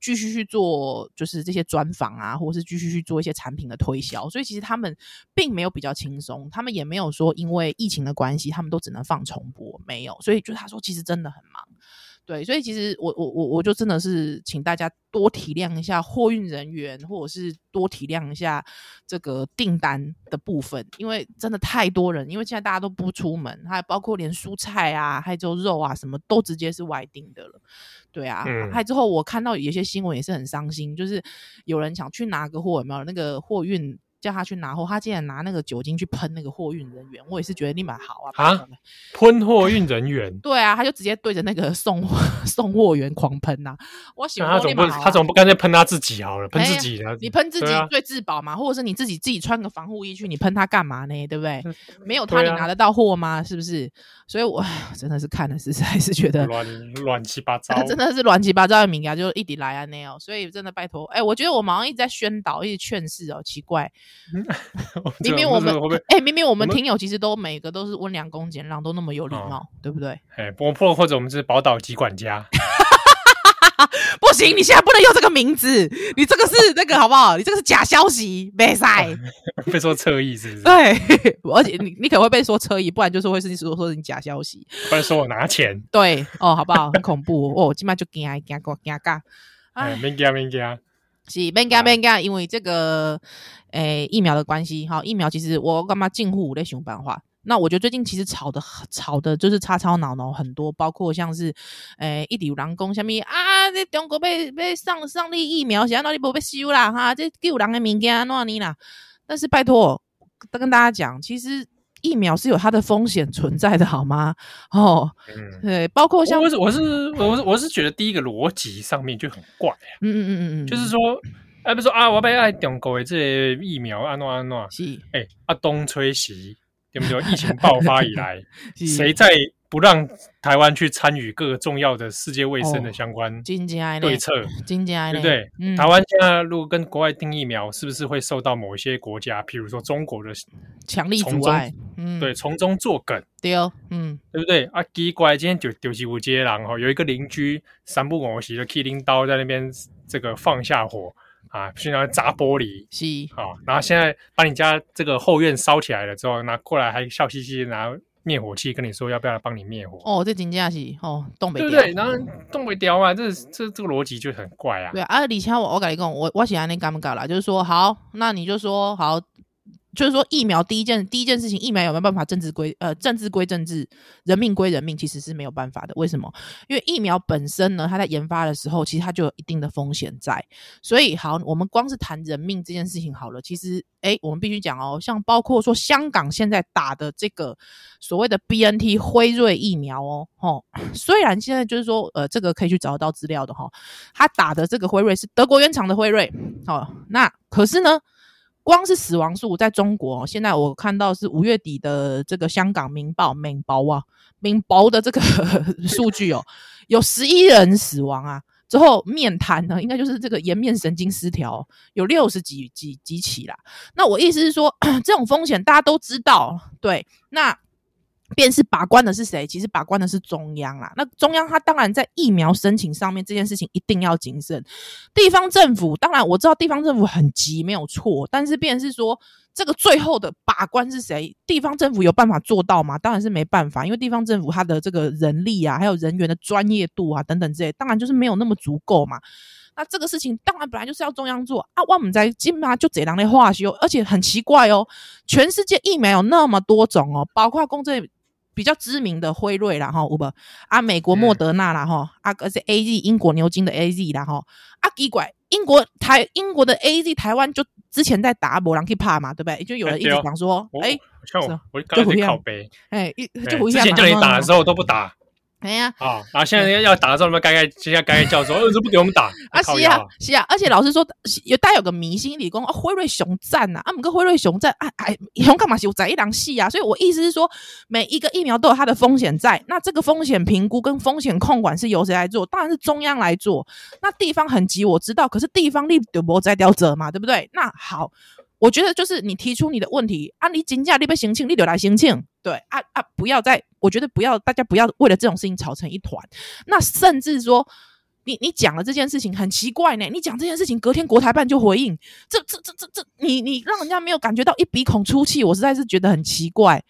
Speaker 2: 继续去做就是这些专访啊，或是继续去做一些产品的推销，所以其实他们并没有比较轻松，他们也没有说因为疫情的关系，他们都只能放重播，没有，所以就他说其实真的很忙，对，所以其实我我我我就真的是请大家多体谅一下货运人员，或者是多体谅一下这个订单的部分，因为真的太多人，因为现在大家都不出门，还包括连蔬菜啊、还有肉啊什么都直接是外订的了。对啊，
Speaker 1: 嗯
Speaker 2: 还之后我看到有些新闻也是很伤心，就是有人想去拿个货，有没有那个货运？叫他去拿货，他竟然拿那个酒精去喷那个货运人员，我也是觉得立马好啊！
Speaker 1: 啊
Speaker 2: 拜托了
Speaker 1: 喷货运人员，
Speaker 2: 对啊，他就直接对着那个送货 *laughs* 送货员狂喷呐、我喜
Speaker 1: 那
Speaker 2: 欢
Speaker 1: 他总不他总不干脆喷他自己好了，喷
Speaker 2: 啊哎
Speaker 1: 自
Speaker 2: 呀
Speaker 1: 己的，
Speaker 2: 你喷自己
Speaker 1: 对啊
Speaker 2: 最自保嘛，或者是你自己自己穿个防护衣去，你喷他干嘛呢？对不对
Speaker 1: 嗯？
Speaker 2: 没有他
Speaker 1: 对
Speaker 2: 你
Speaker 1: 啊
Speaker 2: 拿得到货吗？是不是？所以我唉真的是看了实在是觉得。
Speaker 1: 乱乱七八糟
Speaker 2: 呃， *laughs* 真的是乱七八糟的名啊，就一直来啊那哦，所以真的拜托，哎、我觉得我们好像一直在宣导，一直劝世哦，奇怪，
Speaker 1: 这
Speaker 2: 明明
Speaker 1: 个
Speaker 2: 我
Speaker 1: 这
Speaker 2: 们
Speaker 1: 啊个会不会
Speaker 2: 哎、明明我
Speaker 1: 我
Speaker 2: 们
Speaker 1: 们
Speaker 2: 听友其实都每个都是温良恭俭让，都那么有礼
Speaker 1: 哦
Speaker 2: 貌，对不对？
Speaker 1: 哎，波破或者我们是宝岛籍管家， *laughs*
Speaker 2: 不行，你现在不能用这个名字，你这个是那个好不好？你这个是假消息，没赛。
Speaker 1: 被说侧翼是不是？
Speaker 2: 对， *laughs* 而且你你可能会被说车移，不然就是会是说说你假消息。
Speaker 1: 不然说我拿钱，
Speaker 2: 对，哦，好不好？很恐怖哦，我今晚就惊惊过惊尬。
Speaker 1: 哎，
Speaker 2: 哎，
Speaker 1: 免惊免惊，
Speaker 2: 是变干变干，因为这个诶、疫苗的关系，哈，疫苗其实我干嘛近乎我在想办法。那我觉得最近其实吵的吵的就是吵吵脑脑很多，包括像是诶一有人讲什么啊，这中国被被上上例疫苗，现在哪里不被收啦哈，这救人的物件哪里啦？但是拜托，跟大家讲，其实疫苗是有它的风险存在的，好吗？哦，
Speaker 1: 嗯。
Speaker 2: 对，包括像
Speaker 1: 我是我是我是我是觉得第一个逻辑上面就很怪啊，
Speaker 2: 嗯嗯嗯嗯嗯，
Speaker 1: 就是说，哎，不是说啊，我被爱中国的这些疫苗安诺安诺，
Speaker 2: 是
Speaker 1: 哎，啊东吹西，对不对？疫情爆发以来，
Speaker 2: 是
Speaker 1: 谁在不让台湾去参与各个重要的世界卫生
Speaker 2: 哦
Speaker 1: 的相关
Speaker 2: 真正的呢
Speaker 1: 对策，
Speaker 2: 真正
Speaker 1: 对
Speaker 2: 的呢
Speaker 1: 不对？
Speaker 2: 嗯
Speaker 1: 台湾现在如果跟国外订疫苗，是不是会受到某一些国家，譬如说中国的
Speaker 2: 嗯强力阻
Speaker 1: 从
Speaker 2: 碍，嗯，
Speaker 1: 对从中作梗？
Speaker 2: 对哦，嗯，
Speaker 1: 对不对？啊，奇怪，今天九九七五街廊哦，有一个邻居三不五时的剃拎刀在那边这个放下火啊，去那边砸玻璃
Speaker 2: 是
Speaker 1: 啊，然后现在把你家这个后院烧起来了之后，拿过来还笑嘻嘻地拿灭火器跟你说要不要来帮你灭火，
Speaker 2: 哦，这真正是哦，东北
Speaker 1: 对不
Speaker 2: 调
Speaker 1: 对？然后动不掉啊，这这这个逻辑就很怪啊。
Speaker 2: 对啊，而且我我跟你讲，我我喜欢那尴尬啦，就是说好，那你就说好。就是说，疫苗第一件第一件事情，疫苗有没有办法政治归呃政治归政治，人命归人命，其实是没有办法的。为什么？因为疫苗本身呢，它在研发的时候，其实它就有一定的风险在。所以，好，我们光是谈人命这件事情好了，其实，诶，我们必须讲哦，像包括说香港现在打的这个所谓的 B N T 辉瑞疫苗哦，哦， *laughs* 虽然现在就是说，呃，这个可以去找得到资料的哈、哦，他打的这个辉瑞是德国原厂的辉瑞。哦，那可是呢，光是死亡数在中国、哦，现在我看到是五月底的这个香港《明报》《明报》啊，《明报》的这个 *laughs* 数据哦，有十一人死亡啊。之后面瘫呢，应该就是这个颜面神经失调、哦有六十几几几起啦。那我意思是说， *clears throat* 这种风险大家都知道，哦对，那。便是把关的是谁？其实把关的是中央啦。那中央它当然在疫苗申请上面这件事情一定要谨慎。地方政府当然我知道地方政府很急没有错，但是便是说这个最后的把关是谁？地方政府有办法做到吗？当然是没办法，因为地方政府它的这个人力啊，还有人员的专业度啊等等之类，当然就是没有那么足够嘛。那啊这个事情当然本来就是要中央做啊，我们在金嘛就这样的化修，而且很奇怪哦，全世界疫苗有那么多种哦，包括公这比较知名的辉瑞啦哈，有无啊？美
Speaker 1: 嗯
Speaker 2: 国莫德纳啦哈，啊，而且 A Z 英国牛津的 A Z 啦哈，啊，奇怪，英国台英国的 A Z 台湾就之前在打博朗去怕嘛，对不对？就有人一直
Speaker 1: 哎对哦
Speaker 2: 讲说，
Speaker 1: 我
Speaker 2: 哎、
Speaker 1: 像
Speaker 2: 是啊
Speaker 1: 我，我刚才
Speaker 2: 就胡
Speaker 1: 在
Speaker 2: 样
Speaker 1: 靠背，
Speaker 2: 哎，一
Speaker 1: 哎
Speaker 2: 就不
Speaker 1: 之
Speaker 2: 一样嘛。
Speaker 1: 前
Speaker 2: 嗯
Speaker 1: 叫你打的时
Speaker 2: 候，
Speaker 1: 候都不打
Speaker 2: 哎呀、
Speaker 1: 啊，然后现在要打的时候，他们该该现在该该叫说，呃，这不给我们打
Speaker 2: *laughs* 啊，
Speaker 1: 靠
Speaker 2: 是
Speaker 1: 腰
Speaker 2: 啊，是啊，而且老实说，是有大家有个迷信理工，啊辉瑞熊赞呐，啊，唔过辉瑞熊赞，啊哎，熊干嘛是有宰一档戏啊？所以我意思是说，每一个疫苗都有它的风险在，那这个风险评估跟风险控管是由谁来做？当然是中央来做。那地方很急，我知道，可是地方力有没有在调者嘛，对不对？那好，我觉得就是你提出你的问题啊，你请假你被行庆，你就来行庆，对啊啊，不要再，我觉得不要，大家不要为了这种事情吵成一团。那甚至说，你你讲了这件事情很奇怪呢，你讲这件事情，隔天国台办就回应，这这这这这，你你让人家没有感觉到一鼻孔出气，我实在是觉得很奇怪，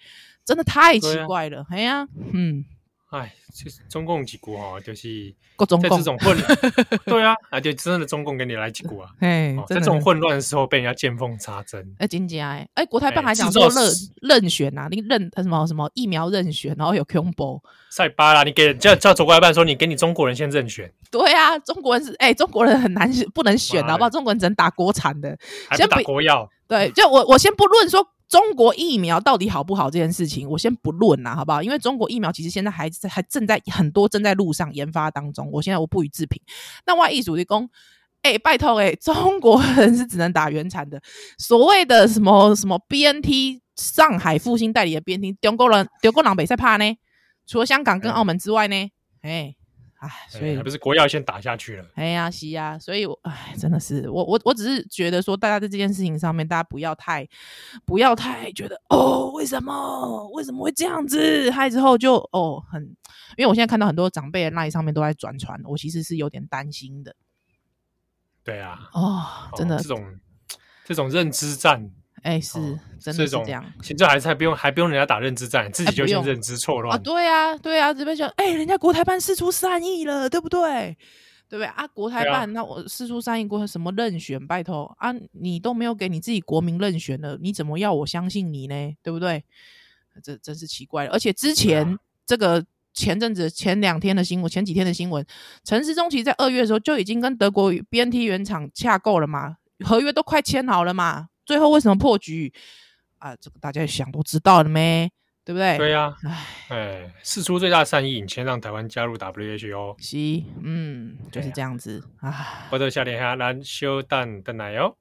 Speaker 2: 真的太奇
Speaker 1: 对啊
Speaker 2: 怪了，哎呀、嗯，
Speaker 1: 哎，就是中共几股哦，就是
Speaker 2: 够中
Speaker 1: 在
Speaker 2: 共
Speaker 1: 这，种混，
Speaker 2: *laughs*
Speaker 1: 对啊，啊，就真的中共给你来几股啊。
Speaker 2: 哎
Speaker 1: 哦，在这
Speaker 2: 真的
Speaker 1: 种
Speaker 2: 是
Speaker 1: 混乱的时候被人家见缝插针，
Speaker 2: 哎，金姐哎，哎，国台办
Speaker 1: 哎
Speaker 2: 还讲
Speaker 1: 制
Speaker 2: 说
Speaker 1: 造
Speaker 2: 任
Speaker 1: 是
Speaker 2: 任选呐，你任什么什么疫苗任选，然后有 combo，
Speaker 1: 塞巴啦！你给叫叫走过来办说，你给你中国人先任选，
Speaker 2: 对啊，中国人是哎，中国人很难选不能选，
Speaker 1: 妈的
Speaker 2: 好不好？中国人只能打国产的，
Speaker 1: 还不
Speaker 2: 先
Speaker 1: 打
Speaker 2: 不
Speaker 1: 国药，
Speaker 2: 对，就我我先不论说中国疫苗到底好不好这件事情，我先不论啦，好不好？因为中国疫苗其实现在还还正在很多正在路上研发当中，我现在我不予置评。那万一主力工。哎、拜托哎、中国人是只能打原产的，所谓的什么什么 BNT 上海复兴代理的 BNT，中国人中国人北赛怕呢？除了香港跟
Speaker 1: 嗯
Speaker 2: 澳门之外呢？哎、哎，所以
Speaker 1: 哎还不是国药先打下去了。
Speaker 2: 哎呀，是呀、所以我哎，真的是我我我只是觉得说，大家在这件事情上面，大家不要太不要太觉得哦，为什么为什么会这样子？害之后就哦很，因为我现在看到很多长辈的那上面都在转传，我其实是有点担心的
Speaker 1: 对啊，
Speaker 2: 哦，真的
Speaker 1: 哦这种这种认知战，
Speaker 2: 哎、是、
Speaker 1: 哦
Speaker 2: 真的是
Speaker 1: 种
Speaker 2: 这样。
Speaker 1: 现在还是还不用还不用人家打认知战，自己
Speaker 2: 哎
Speaker 1: 就
Speaker 2: 不
Speaker 1: 先
Speaker 2: 用
Speaker 1: 认知错
Speaker 2: 啊，
Speaker 1: 乱。
Speaker 2: 对啊，对啊，这边就哎、人家国台办释出善意了，对不对？对不对啊？国台
Speaker 1: 对啊
Speaker 2: 办、那我释出善意，国什么任选？拜托啊，你都没有给你自己国民任选了，你怎么要我相信你呢？对不对？这真是奇怪了。而且之
Speaker 1: 对啊
Speaker 2: 前、这个前阵子前两天的新闻，前几天的新闻，陈时中其实在二月的时候就已经跟德国 BNT 原厂洽购了嘛，合约都快签好了嘛，最后为什么破局啊？这个大家想都知道了咩？对不对？
Speaker 1: 对啊，
Speaker 2: 唉
Speaker 1: 哎，事出最大善意，你先让台湾加入 WHO，
Speaker 2: 是，嗯，就
Speaker 1: 对
Speaker 2: 是
Speaker 1: 啊
Speaker 2: 这样子啊。
Speaker 1: 或者下联下咱小等等来哦。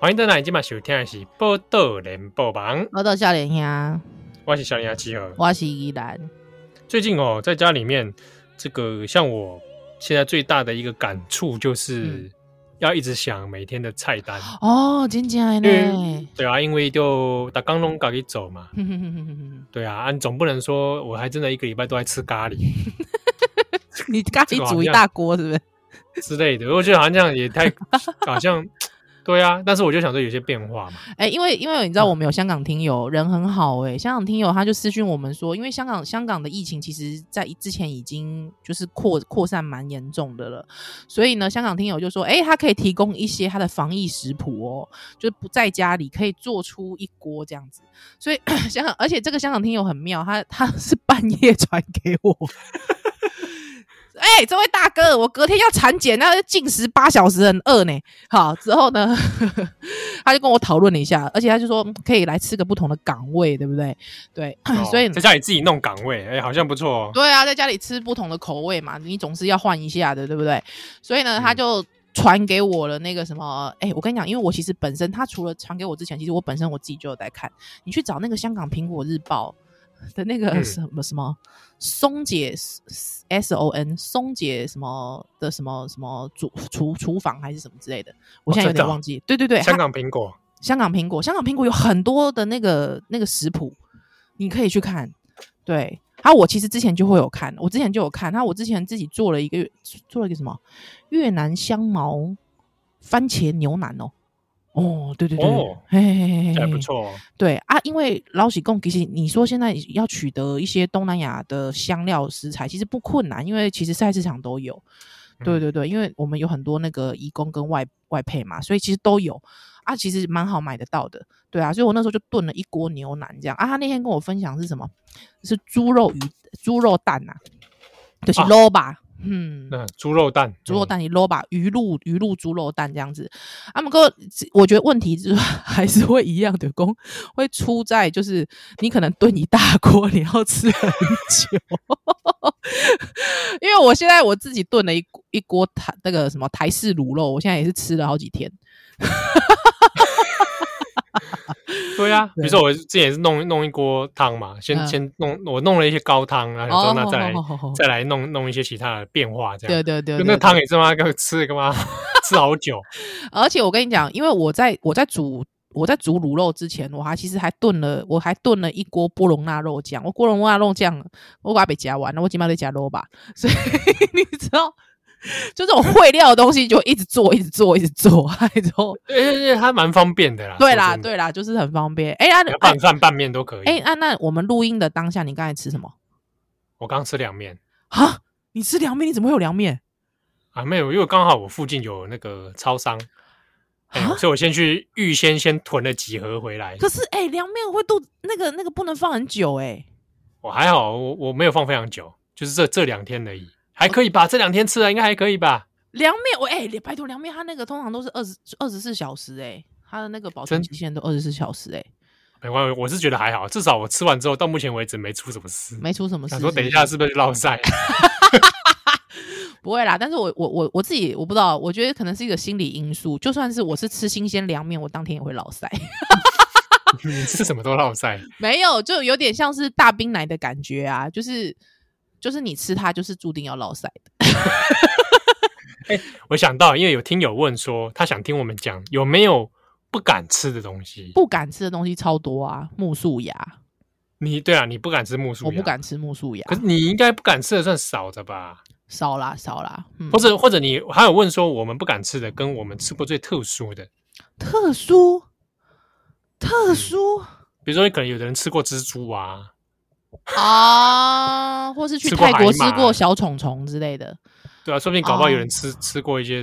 Speaker 1: 欢迎登来，今晚收听的是《报道联播网》，
Speaker 2: 我到笑脸呀，
Speaker 1: 我是小林阿七和。
Speaker 2: 我是依兰，
Speaker 1: 最近哦，在家里面，这个像我现在最大的一个感触就是。
Speaker 2: 嗯
Speaker 1: 要一直想每天的菜单，
Speaker 2: 哦，真正的呢，
Speaker 1: 对啊，因为就打刚龙咖喱走嘛，
Speaker 2: 哼哼哼哼 *laughs* 哼
Speaker 1: 对啊，啊你总不能说我还真的一个礼拜都在吃咖喱，
Speaker 2: 哼你咖
Speaker 1: 这个
Speaker 2: 喱
Speaker 1: 好
Speaker 2: 煮一
Speaker 1: 像
Speaker 2: 大锅是不是？
Speaker 1: 之类的，我觉得好像这样也太好像对啊，但是我就想说有些变化
Speaker 2: *laughs*
Speaker 1: 嘛，
Speaker 2: 哎、因为因为你知道我们有香港听友，人很好哎、香港听友他就私讯我们说，因为香港香港的疫情其实在之前已经就是扩扩散蛮严重的了，所以呢，香港听友就说，哎、他可以提供一些他的防疫食谱哦，就是不在家里可以做出一锅这样子。所以 *clears throat* 香港，而且这个香港听友很妙，他他 *laughs* 是半夜传给我。 *laughs* 哎、这位大哥，我隔天要产检，那禁食八小时，很饿呢。好，之后呢， *laughs* 他就跟我讨论了一下，而且他就说嗯可以来吃个不同的岗位，对不对？对，
Speaker 1: 哦
Speaker 2: 所以
Speaker 1: 在家里自己弄岗位，哎，好像不错哦，
Speaker 2: 对啊，在家里吃不同的口味嘛，你总是要换一下的，对不对？所以呢，
Speaker 1: 嗯
Speaker 2: 他就传给我了那个什么，哎、我跟你讲，因为我其实本身他除了传给我之前，其实我本身我自己就有在看，你去找那个香港苹果日报的那个
Speaker 1: 嗯
Speaker 2: 什么什么松姐 S O N 松姐什么的什么什么厨厨厨房还是什么之类的，我
Speaker 1: 哦
Speaker 2: 现在有
Speaker 1: 真的
Speaker 2: 点
Speaker 1: 啊
Speaker 2: 忘记。对对对，它
Speaker 1: 香港苹果，
Speaker 2: 香港苹果，香港苹果有很多的那个那个食谱，你可以去看。对，啊，我其实之前就会有看，我之前就有看，啊那我之前自己做了一个做了一个什么越南香茅番茄牛腩哦，哦，对对对，
Speaker 1: 哦
Speaker 2: 嘿嘿嘿嘿
Speaker 1: 这
Speaker 2: 嘿，
Speaker 1: 还不错哦，
Speaker 2: 对啊，因为老喜贡，其实你说现在要取得一些东南亚的香料食材，其实不困难，因为其实菜市场都有。对
Speaker 1: 嗯
Speaker 2: 对对，因为我们有很多那个义工跟外外配嘛，所以其实都有啊，其实蛮好买得到的。对啊，所以我那时候就炖了一锅牛腩这样啊。他那天跟我分享是什么？是猪肉鱼猪肉蛋呐、就是
Speaker 1: 啊
Speaker 2: low 吧，嗯，
Speaker 1: 那猪肉蛋，
Speaker 2: 猪肉
Speaker 1: 嗯
Speaker 2: 蛋你捞吧，鱼露鱼露猪肉蛋这样子。啊，不过我觉得问题是还是会一样的，公会出在就是你可能炖一大锅，你要吃很久。 *laughs* 因为我现在我自己炖了一一锅台那个什么台式卤肉，我现在也是吃了好几天。
Speaker 1: 对啊，比
Speaker 2: 对
Speaker 1: 如说我之前也是弄弄一锅汤嘛，先、
Speaker 2: 嗯
Speaker 1: 先弄我弄了一些高汤，然后
Speaker 2: 哦，
Speaker 1: 那再来、
Speaker 2: 好好好
Speaker 1: 再来弄弄一些其他的变化，这样。
Speaker 2: 对对对，
Speaker 1: 就
Speaker 2: 对
Speaker 1: 那
Speaker 2: 对
Speaker 1: 汤也是妈 *laughs* 给我吃了干嘛吃好
Speaker 2: *laughs*
Speaker 1: 久，
Speaker 2: 而且我跟你讲，因为我在我在煮我在煮卤肉之前，我还其实还炖了，我还炖了一锅波隆纳肉酱。我波隆纳肉酱我把它夹完了，我今晚得夹肉吧， *laughs* 所以你知道。就这种烩料的东西，就一直做，一直做，一直做， *laughs* 哎，之后
Speaker 1: 对对对，它蛮方便的啦。
Speaker 2: 对
Speaker 1: 啊说
Speaker 2: 啦，
Speaker 1: 真的，
Speaker 2: 对啦，就是很方便。哎、啊，
Speaker 1: 你要
Speaker 2: 哎
Speaker 1: 拌饭拌面都可以。
Speaker 2: 哎、啊，那我们录音的当下，你刚才吃什么？
Speaker 1: 我刚吃凉面
Speaker 2: 啊，你吃凉面？你怎么会有凉面？
Speaker 1: 啊，没有，因为刚好我附近有那个超商，哎
Speaker 2: 啊
Speaker 1: 所以我先去预先先囤了几盒回来。
Speaker 2: 可是哎，凉、面会肚子那个那个不能放很久哎、
Speaker 1: 我还好，我我没有放非常久，就是这这两天而已，还
Speaker 2: 哦
Speaker 1: 可以吧？这两天吃了应该还可以吧？
Speaker 2: 凉面，我哎、拜托凉面，它那个通常都是二十二十四小时哎、它的那个保存
Speaker 1: 真
Speaker 2: 期限都二十四小时哎、
Speaker 1: 没关系，我是觉得还好，至少我吃完之后到目前为止没出什么事。
Speaker 2: 没出什么事。
Speaker 1: 想说等一
Speaker 2: 是不
Speaker 1: 下
Speaker 2: 是
Speaker 1: 是不是落
Speaker 2: *laughs*
Speaker 1: 晒？
Speaker 2: 不会啦，但是我我我我自己我不知道，我觉得可能是一个心理因素，就算是我是吃新鲜凉面，我当天也会老塞， *laughs*
Speaker 1: 你吃什么都落晒，
Speaker 2: 没有，就有点像是大冰奶的感觉啊，就是就是你吃它就是注定要老塞的。
Speaker 1: 我想到，因为有听友问说，他想听我们讲有没有不敢吃的东西。
Speaker 2: 不敢吃的东西超多啊，木素芽，
Speaker 1: 你对啊，你不敢吃木薯，
Speaker 2: 我不。敢吃木素芽
Speaker 1: 可，是你应该不敢吃的算少的吧？
Speaker 2: 少啦少啦，嗯
Speaker 1: 或，者或者你还有问说，我们不敢吃的跟我们吃过最特殊的，
Speaker 2: 特殊
Speaker 1: 嗯
Speaker 2: 特殊。
Speaker 1: 比如说可能有的人吃过蜘蛛啊，
Speaker 2: 啊，或是去
Speaker 1: 吃过
Speaker 2: 泰国
Speaker 1: 海
Speaker 2: 吃
Speaker 1: 马啊
Speaker 2: 过小虫虫之类的。
Speaker 1: 对啊，说不定搞不好有人
Speaker 2: 哦
Speaker 1: 吃、吃过一些，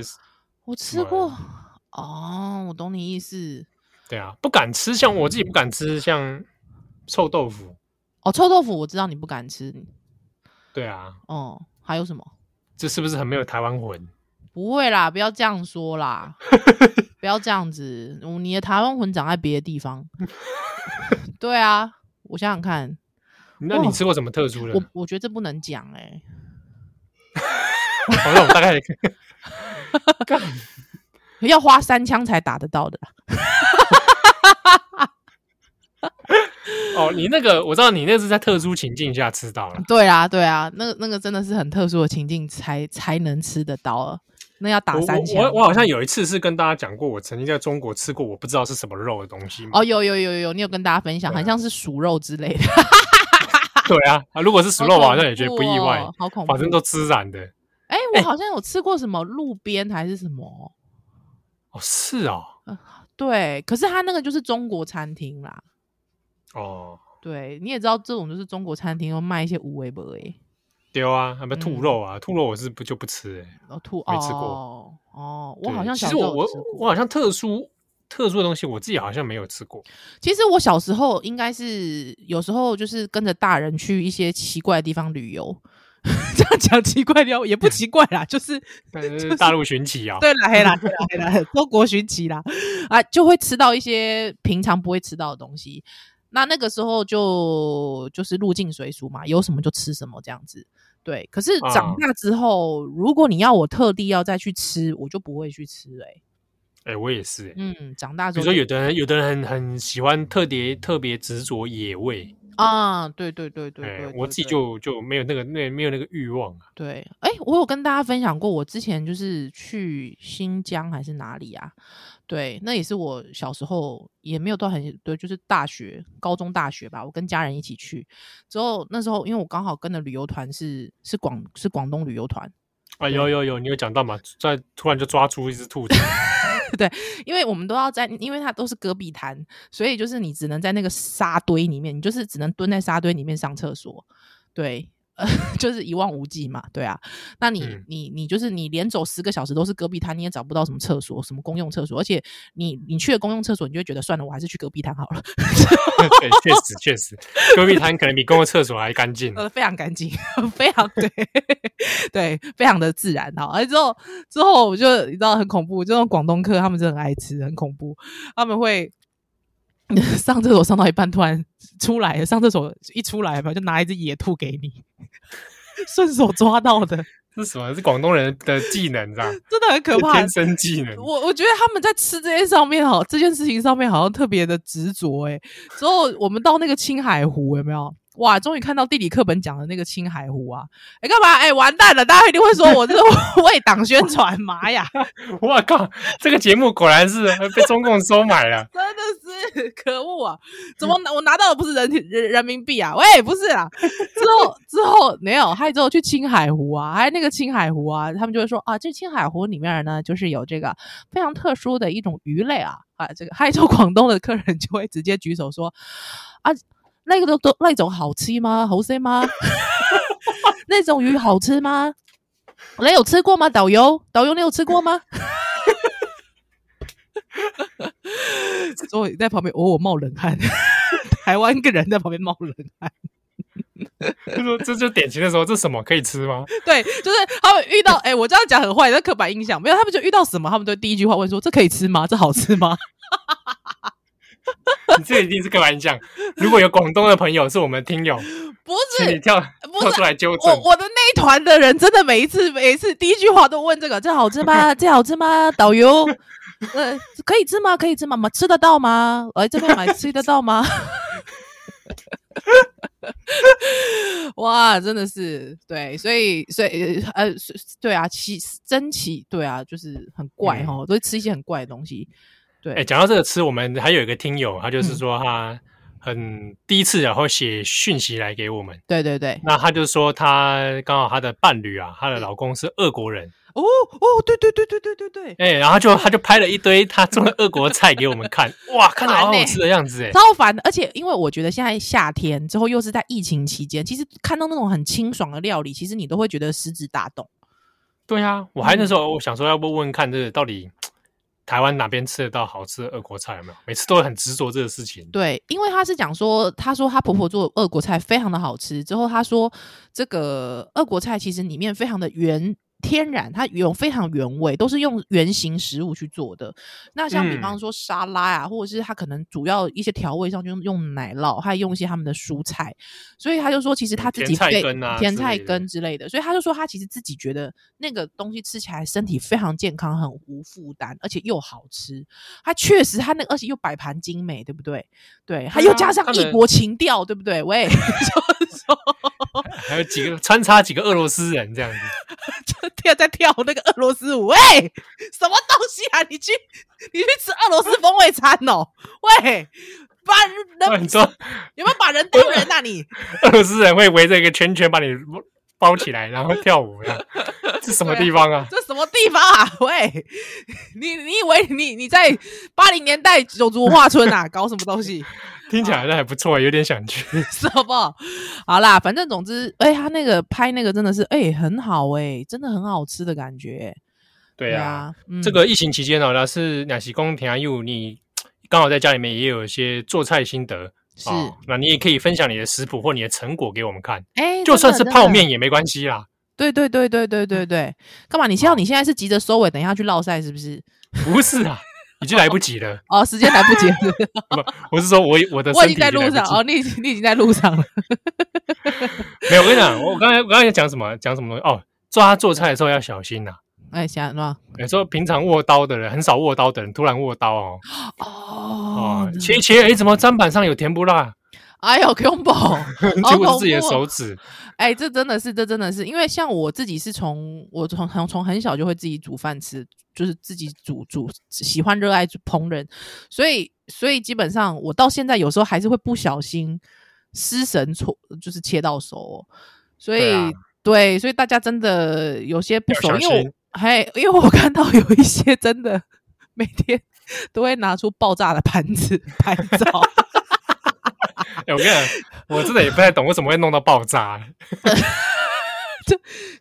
Speaker 2: 我吃
Speaker 1: 哇
Speaker 2: 过，哦，我懂你意思。
Speaker 1: 对啊，不敢吃，像我自己不敢吃像臭豆腐，
Speaker 2: 哦，臭豆腐我知道你不敢吃，
Speaker 1: 对啊，
Speaker 2: 哦，还有什么？
Speaker 1: 这是不是很没有台湾魂？
Speaker 2: 不会啦，不要这样
Speaker 1: *laughs*
Speaker 2: 说啦，不要这样子，嗯你的台湾魂长在别的地方。 *laughs* 对啊，我想想看，
Speaker 1: 那你
Speaker 2: 哇
Speaker 1: 吃过什么特殊的？
Speaker 2: 我我觉得这不能讲哎、
Speaker 1: 好，哦那我大概干
Speaker 2: 要花三枪才打得到的啦。 *laughs*
Speaker 1: 哦，你那个我知道，你那是在特殊情境下吃到了。
Speaker 2: 对啊，对啊，那个那个真的是很特殊的情境才才能吃得到啊，那要 *laughs* 打
Speaker 1: 我
Speaker 2: 三枪。
Speaker 1: 我我我好像有一次是跟大家讲过，我曾经在中国吃过我不知道是什么肉的东西嘛。
Speaker 2: 哦，有有有有有，你有跟大家分享，
Speaker 1: 嗯对啊
Speaker 2: 很像是熟肉之类的，
Speaker 1: 对啊，啊如果是熟肉，我好像也觉得不意外，
Speaker 2: 好恐怖
Speaker 1: 反
Speaker 2: 哦。好恐
Speaker 1: 正
Speaker 2: 怖
Speaker 1: 都孜然的。哎
Speaker 2: 哎、我好像有吃过什么路边还是什么，
Speaker 1: 哦，是哦，
Speaker 2: 对，可是他那个就是中国餐厅啦，
Speaker 1: 哦，
Speaker 2: 对，你也知道这种就是中国餐厅会卖一些无为不为，
Speaker 1: 丢啊，什么兔
Speaker 2: 嗯
Speaker 1: 肉啊，兔肉我是不就不吃、欸。
Speaker 2: 哦吐
Speaker 1: 没吃过
Speaker 2: 哦哦，我
Speaker 1: 对
Speaker 2: 好像
Speaker 1: 其
Speaker 2: 小
Speaker 1: 实
Speaker 2: 时候
Speaker 1: 我
Speaker 2: 有
Speaker 1: 我
Speaker 2: 吃
Speaker 1: 我
Speaker 2: 过。
Speaker 1: 好像特殊特殊的东西，我自己好像没有吃
Speaker 2: *laughs*
Speaker 1: 过。
Speaker 2: 其实我小时候应该是有时候就是跟着大人去一些奇怪的地方旅游， *laughs* 这样讲奇怪的也不奇怪啦，就是
Speaker 1: 但是大陆寻奇啊、
Speaker 2: 对
Speaker 1: *laughs*
Speaker 2: 啦，黑啦，对啦，黑啦， *laughs* 中国寻奇啦，啊，就会吃到一些平常不会吃到的东西。那那个时候就就是入境随俗嘛，有什么就吃什么这样子。对，可是
Speaker 1: 啊
Speaker 2: 长大之后，如果你要我特地要再去吃，我就不会去吃哎、
Speaker 1: 哎、我也是、欸。
Speaker 2: 嗯，长大
Speaker 1: 比
Speaker 2: 之
Speaker 1: 如
Speaker 2: 后
Speaker 1: 说，
Speaker 2: 就
Speaker 1: 有的人，有的人很很喜欢特别特别执着野味，
Speaker 2: 啊，对对对对
Speaker 1: 哎、
Speaker 2: 对
Speaker 1: 我
Speaker 2: 对
Speaker 1: 自己
Speaker 2: 对
Speaker 1: 就就没有那个那没有那个欲望啊。
Speaker 2: 对，哎、我有跟大家分享过，我之前就是去新疆还是哪里啊？对，那也是我小时候也没有到很对，就是大学、高中、大学吧，我跟家人一起去。之后那时候，因为我刚好跟的旅游团是是广是广东旅游团，
Speaker 1: 啊，有有有，你有讲到嘛？在突然就抓出一只兔子， *laughs*
Speaker 2: 因为我们都要在，因为它都是戈壁滩，所以就是你只能在那个沙堆里面，你就是只能蹲在沙堆里面上厕所。对， *laughs* 呃，就是一望无际嘛，对啊。那你、
Speaker 1: 嗯
Speaker 2: 你你就是你连走十个小时都是戈壁滩，你也找不到什么厕所，什么公用厕所，而且你你去了公用厕所，你就会觉得算了，我还是去戈壁滩好了，
Speaker 1: 对，确实确实，隔壁摊可能比公共厕所还干净。啊
Speaker 2: *laughs* 呃，非常干净，非常 *laughs* 对对，非常的自然哈。而之后之后我就你知道很恐怖，这种广东客他们真的很爱吃，很恐怖，他们会。 *laughs* 上厕所上到一半，突然出来，上厕所一出来嘛，就拿一只野兔给你， *laughs* 顺手抓到的，
Speaker 1: 这是什么？是广东人的技能，你知道吗？
Speaker 2: 真的很呃可
Speaker 1: 是
Speaker 2: 怕
Speaker 1: 天。生技
Speaker 2: *laughs*
Speaker 1: 能。
Speaker 2: 我我觉得他们在吃这些上面好这件事情上面好像特别的执着哎、之后我们到那个青海湖有没有？哇，终于看到地理课本讲的那个青海湖啊！哎、干嘛？哎、完蛋了！大家一定会说我这 *laughs* 是为党宣传，妈呀，
Speaker 1: *laughs* 我靠，这个节目果然是被中共收买了。 *laughs*
Speaker 2: 真的是 *laughs* 可恶啊！怎么拿我拿到的不是人体人人民币啊？喂，不是啊！之后之后没有，还有之后去青海湖啊，还有那个青海湖啊，他们就会说啊，这青海湖里面呢，就是有这个非常特殊的一种鱼类啊啊，这个还 *laughs* 有一种广东的客人就会直接举手说啊，那个都都那种好吃吗？好吃吗？ *laughs* 那种鱼好吃吗？你有吃过吗？导游，导游，你有吃过吗？所以在旁边偶尔冒冷汗， *laughs* 台湾个人在旁边冒冷汗。
Speaker 1: 就说这就典型的说，这什么可以吃
Speaker 2: *laughs*
Speaker 1: 吗？
Speaker 2: 对，就是他们遇到，哎、我这样讲很坏，那刻板印象没有，他们就遇到什么，他们都第一句话问说：“这可以吃吗？这好吃吗
Speaker 1: 你这一定是开玩笑。如果有广东的朋友是我们听友，？”
Speaker 2: 不
Speaker 1: 请你
Speaker 2: 是，
Speaker 1: 跳
Speaker 2: 不
Speaker 1: 跳
Speaker 2: 是
Speaker 1: 出来纠正
Speaker 2: 我。我的那一团的人真的每一次 *laughs* 每一次第一句话都问这个：“这好吃吗？这好吃吗？”导游， *laughs* 呃，可以吃吗？可以吃吗？吗吃得到吗？来这边买吃得到吗？ *laughs* 哇，真的是对，所以所以呃，所对啊，奇珍奇，对啊，就是很怪
Speaker 1: 嗯
Speaker 2: 哦，都会吃一些很怪的东西。对，
Speaker 1: 哎、讲到这个吃，我们还有一个听友，他
Speaker 2: 嗯
Speaker 1: 就是说他很第一次，然后写讯息来给我们。
Speaker 2: 对对对，
Speaker 1: 那他就说他刚好他的伴侣啊，她的老公是俄国人，
Speaker 2: 哦哦，对对对对对对对，
Speaker 1: 哎、然后就他就拍了一堆他做的俄国菜给我们
Speaker 2: *laughs*
Speaker 1: 看，哇，看着好
Speaker 2: 欸
Speaker 1: 好吃的样子、哎、
Speaker 2: 超烦的。而且因为我觉得现在夏天之后又是在疫情期间，其实看到那种很清爽的料理，其实你都会觉得食指大动。
Speaker 1: 对啊，我还那时
Speaker 2: 嗯
Speaker 1: 候我想说要不问问看这个到底台湾哪边吃得到好吃的俄国菜有没有？每次都很执着这个事情，
Speaker 2: 对，因为她是讲说，她说她婆婆做的俄国菜非常的好吃。之后她说，这个俄国菜其实里面非常的原天然，它有非常原味，都是用原型食物去做的。那像比
Speaker 1: 嗯
Speaker 2: 方说沙拉啊，或者是它可能主要一些调味上就用用奶酪，还有用一些他们的蔬菜。所以她就说，其实她自
Speaker 1: 甜
Speaker 2: 己
Speaker 1: 菜
Speaker 2: 被
Speaker 1: 根啊
Speaker 2: 甜
Speaker 1: 之
Speaker 2: 菜
Speaker 1: 类的
Speaker 2: 根之类的，所以她就说她其实自己觉得那个东西吃起来身体非常健康，很无负担，而且又好吃。它确实，它那个而且又摆盘精美，对不对？对，还
Speaker 1: 啊
Speaker 2: 又加上
Speaker 1: 它的
Speaker 2: 异国情调，对不对？喂， *laughs* 就是说
Speaker 1: 还有几个穿插几个俄罗斯人这样子，
Speaker 2: 就跳在跳那个俄罗斯舞，喂，什么东西啊？你去你去吃俄罗斯风味餐哦，喂，把
Speaker 1: *laughs* 不然
Speaker 2: 人
Speaker 1: 你说
Speaker 2: 有没有把人当人呐、你
Speaker 1: 俄罗斯人会围着一个圈圈把你包起来，然后跳舞这样，这什么地方啊？
Speaker 2: 这什么地方啊？喂， *laughs* 你你以为你你在八零年代九族文化村啊？搞什么东西？ *laughs*
Speaker 1: 听起来好像还不错，有点想去。
Speaker 2: 什么？好啦，反正总之，哎、他那个拍那个真的是，哎、很好、哎，真的很好吃的感觉、
Speaker 1: 对啊，，
Speaker 2: 嗯
Speaker 1: 这个疫情期间哦，那是两喜公田佑，你刚好在家里面也有一些做菜心得
Speaker 2: 是，
Speaker 1: 啊、哦那你也可以分享你的食谱或你的成果给我们看，
Speaker 2: 哎、
Speaker 1: 就算是
Speaker 2: 真的
Speaker 1: 泡，面也嗯没关系啦。
Speaker 2: 真的对对对对对对对，干嘛？你现在你现在是急着收尾，等一下去落赛是不是？
Speaker 1: 不是
Speaker 2: *laughs*
Speaker 1: 啊，已经来不及了。
Speaker 2: 哦，时间来不及
Speaker 1: *laughs*
Speaker 2: 了，
Speaker 1: 我是说我我的
Speaker 2: 我
Speaker 1: 身
Speaker 2: 已
Speaker 1: 体
Speaker 2: 经在
Speaker 1: 已经来
Speaker 2: 路
Speaker 1: 不
Speaker 2: 上
Speaker 1: 及
Speaker 2: 哦，你已经你已经在路上了，
Speaker 1: 没有，我跟你讲，我刚才我刚才讲什么讲什么东西哦，做他做菜的时候要小心呐、
Speaker 2: 哎，想吧？
Speaker 1: 有时候平常握刀的人，很少握刀的人，突然握刀哦，
Speaker 2: 哦
Speaker 1: 哦，，切一切，哎，怎么砧板上有甜不辣？
Speaker 2: 哎呦，combo，
Speaker 1: 结果是自己的
Speaker 2: 恐怖哦
Speaker 1: 手指。
Speaker 2: 哎，这真的是，这真的是，因为像我自己是从我从从从很小就会自己煮饭吃，就是自己煮煮，喜欢热爱烹饪，所以所以基本上我到现在有时候还是会不小心失神错，就是切到手、哦，所以
Speaker 1: 对啊
Speaker 2: 对，所以大家真的有些不
Speaker 1: 要
Speaker 2: 熟，
Speaker 1: 小
Speaker 2: 因为
Speaker 1: 心
Speaker 2: 我还因为我看到有一些真的 *laughs* 每天都会拿出爆炸的盘子 *laughs* 拍照。 *laughs*
Speaker 1: 哎、我跟你讲，我真的也不太懂为什么会弄到爆炸。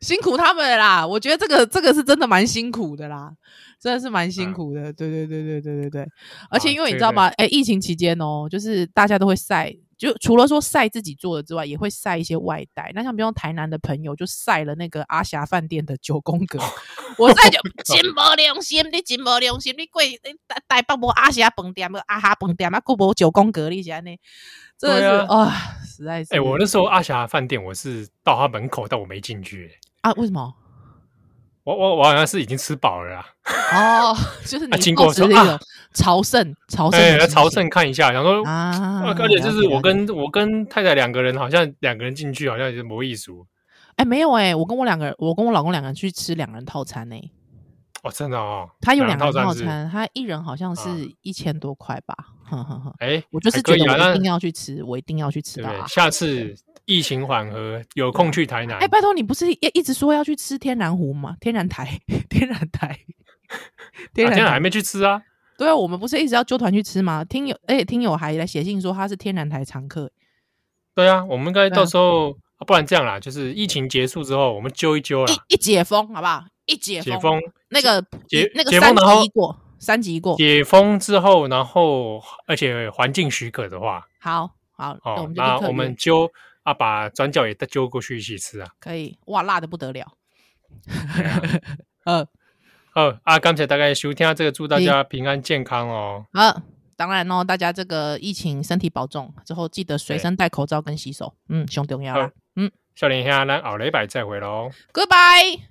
Speaker 2: 辛苦他们了啦。我觉得这个这个是真的蛮辛苦的啦，真的是蛮辛苦的。对对对对对对对，而且因为你知道吗？哎、疫情期间哦，就是大家都会晒。就除了说晒自己做的之外，也会晒一些外带。那像比如台南的朋友就晒了那个阿霞饭店的九宫格，我晒就真无良心，你真无良心，你贵你台台北无阿霞饭店，无阿哈饭店啊，佫无九宫格，你是安尼，真的是
Speaker 1: 对
Speaker 2: 啊，实在是。
Speaker 1: 哎、我那时候阿霞饭店，我是到他门口，但我没进去、
Speaker 2: 啊，为什么？
Speaker 1: 我我我好像是已经吃饱了啊啦，
Speaker 2: 哦， *laughs* 就是你
Speaker 1: 啊经
Speaker 2: 抱
Speaker 1: 过
Speaker 2: 持
Speaker 1: 说
Speaker 2: 着一
Speaker 1: 啊
Speaker 2: 种朝圣、朝圣的
Speaker 1: 哎、
Speaker 2: 心
Speaker 1: 来
Speaker 2: 情、
Speaker 1: 朝圣看一下，然后、
Speaker 2: 啊
Speaker 1: 而且就
Speaker 2: 了
Speaker 1: 是
Speaker 2: 解
Speaker 1: 我
Speaker 2: 了解
Speaker 1: 跟我跟太太两个人，好像两个人进去，好像也是魔艺术
Speaker 2: 哎、没有哎、我跟我两个人，我跟我老公两个人去吃两人套餐呢、
Speaker 1: 哦，真的哦，
Speaker 2: 他有
Speaker 1: 两
Speaker 2: 两个人套
Speaker 1: 是，
Speaker 2: 餐，他一人好像
Speaker 1: 啊
Speaker 2: 是一千多块吧，哼哼哼。
Speaker 1: 哎、
Speaker 2: 我就
Speaker 1: 还
Speaker 2: 是
Speaker 1: 可
Speaker 2: 觉
Speaker 1: 以啊，
Speaker 2: 得我
Speaker 1: 那
Speaker 2: 一定要去吃，我一定要去吃
Speaker 1: 对
Speaker 2: 到
Speaker 1: 不
Speaker 2: 啊
Speaker 1: 对？！下次疫情缓和，有空去台南啊
Speaker 2: 哎，，拜托你不是也一直说要去吃天然湖吗？天然台，天然台，
Speaker 1: *laughs*
Speaker 2: 天
Speaker 1: 啊
Speaker 2: 然
Speaker 1: 天哪还
Speaker 2: 台。
Speaker 1: 没去吃啊，
Speaker 2: 对啊，我们不是一直要揪团去吃吗？听友，哎，听友还来写信说他是天然台常客。
Speaker 1: 对啊，我们应该
Speaker 2: 对啊
Speaker 1: 到时候、啊不然这样啦，就是疫情结束之后，我们揪一揪啦，
Speaker 2: 一一解封好不好？一解
Speaker 1: 啊解
Speaker 2: 封，
Speaker 1: 封
Speaker 2: 那个
Speaker 1: 解
Speaker 2: 一那个
Speaker 1: 解
Speaker 2: 三
Speaker 1: 封然后
Speaker 2: 级一过，三级一过，
Speaker 1: 解封之后，然后而且环境许可的话，
Speaker 2: 好好，那我
Speaker 1: 哦
Speaker 2: 们，就立
Speaker 1: 那
Speaker 2: 刻
Speaker 1: 我们
Speaker 2: 约
Speaker 1: 揪啊，把转角也带揪过去一起吃啊。
Speaker 2: 可以哇，辣的不得了。
Speaker 1: 对
Speaker 2: *laughs*
Speaker 1: 啊
Speaker 2: 呃，
Speaker 1: 哦啊，刚才大概收听到这个，祝大
Speaker 2: 是
Speaker 1: 家平安健康哦。
Speaker 2: 好，当然哦，大家这个疫情身体保重，之后记得随
Speaker 1: 对
Speaker 2: 身带口罩跟洗手，嗯，胸重要啦
Speaker 1: 好。笑脸下，咱后礼拜再会喽。
Speaker 2: Goodbye。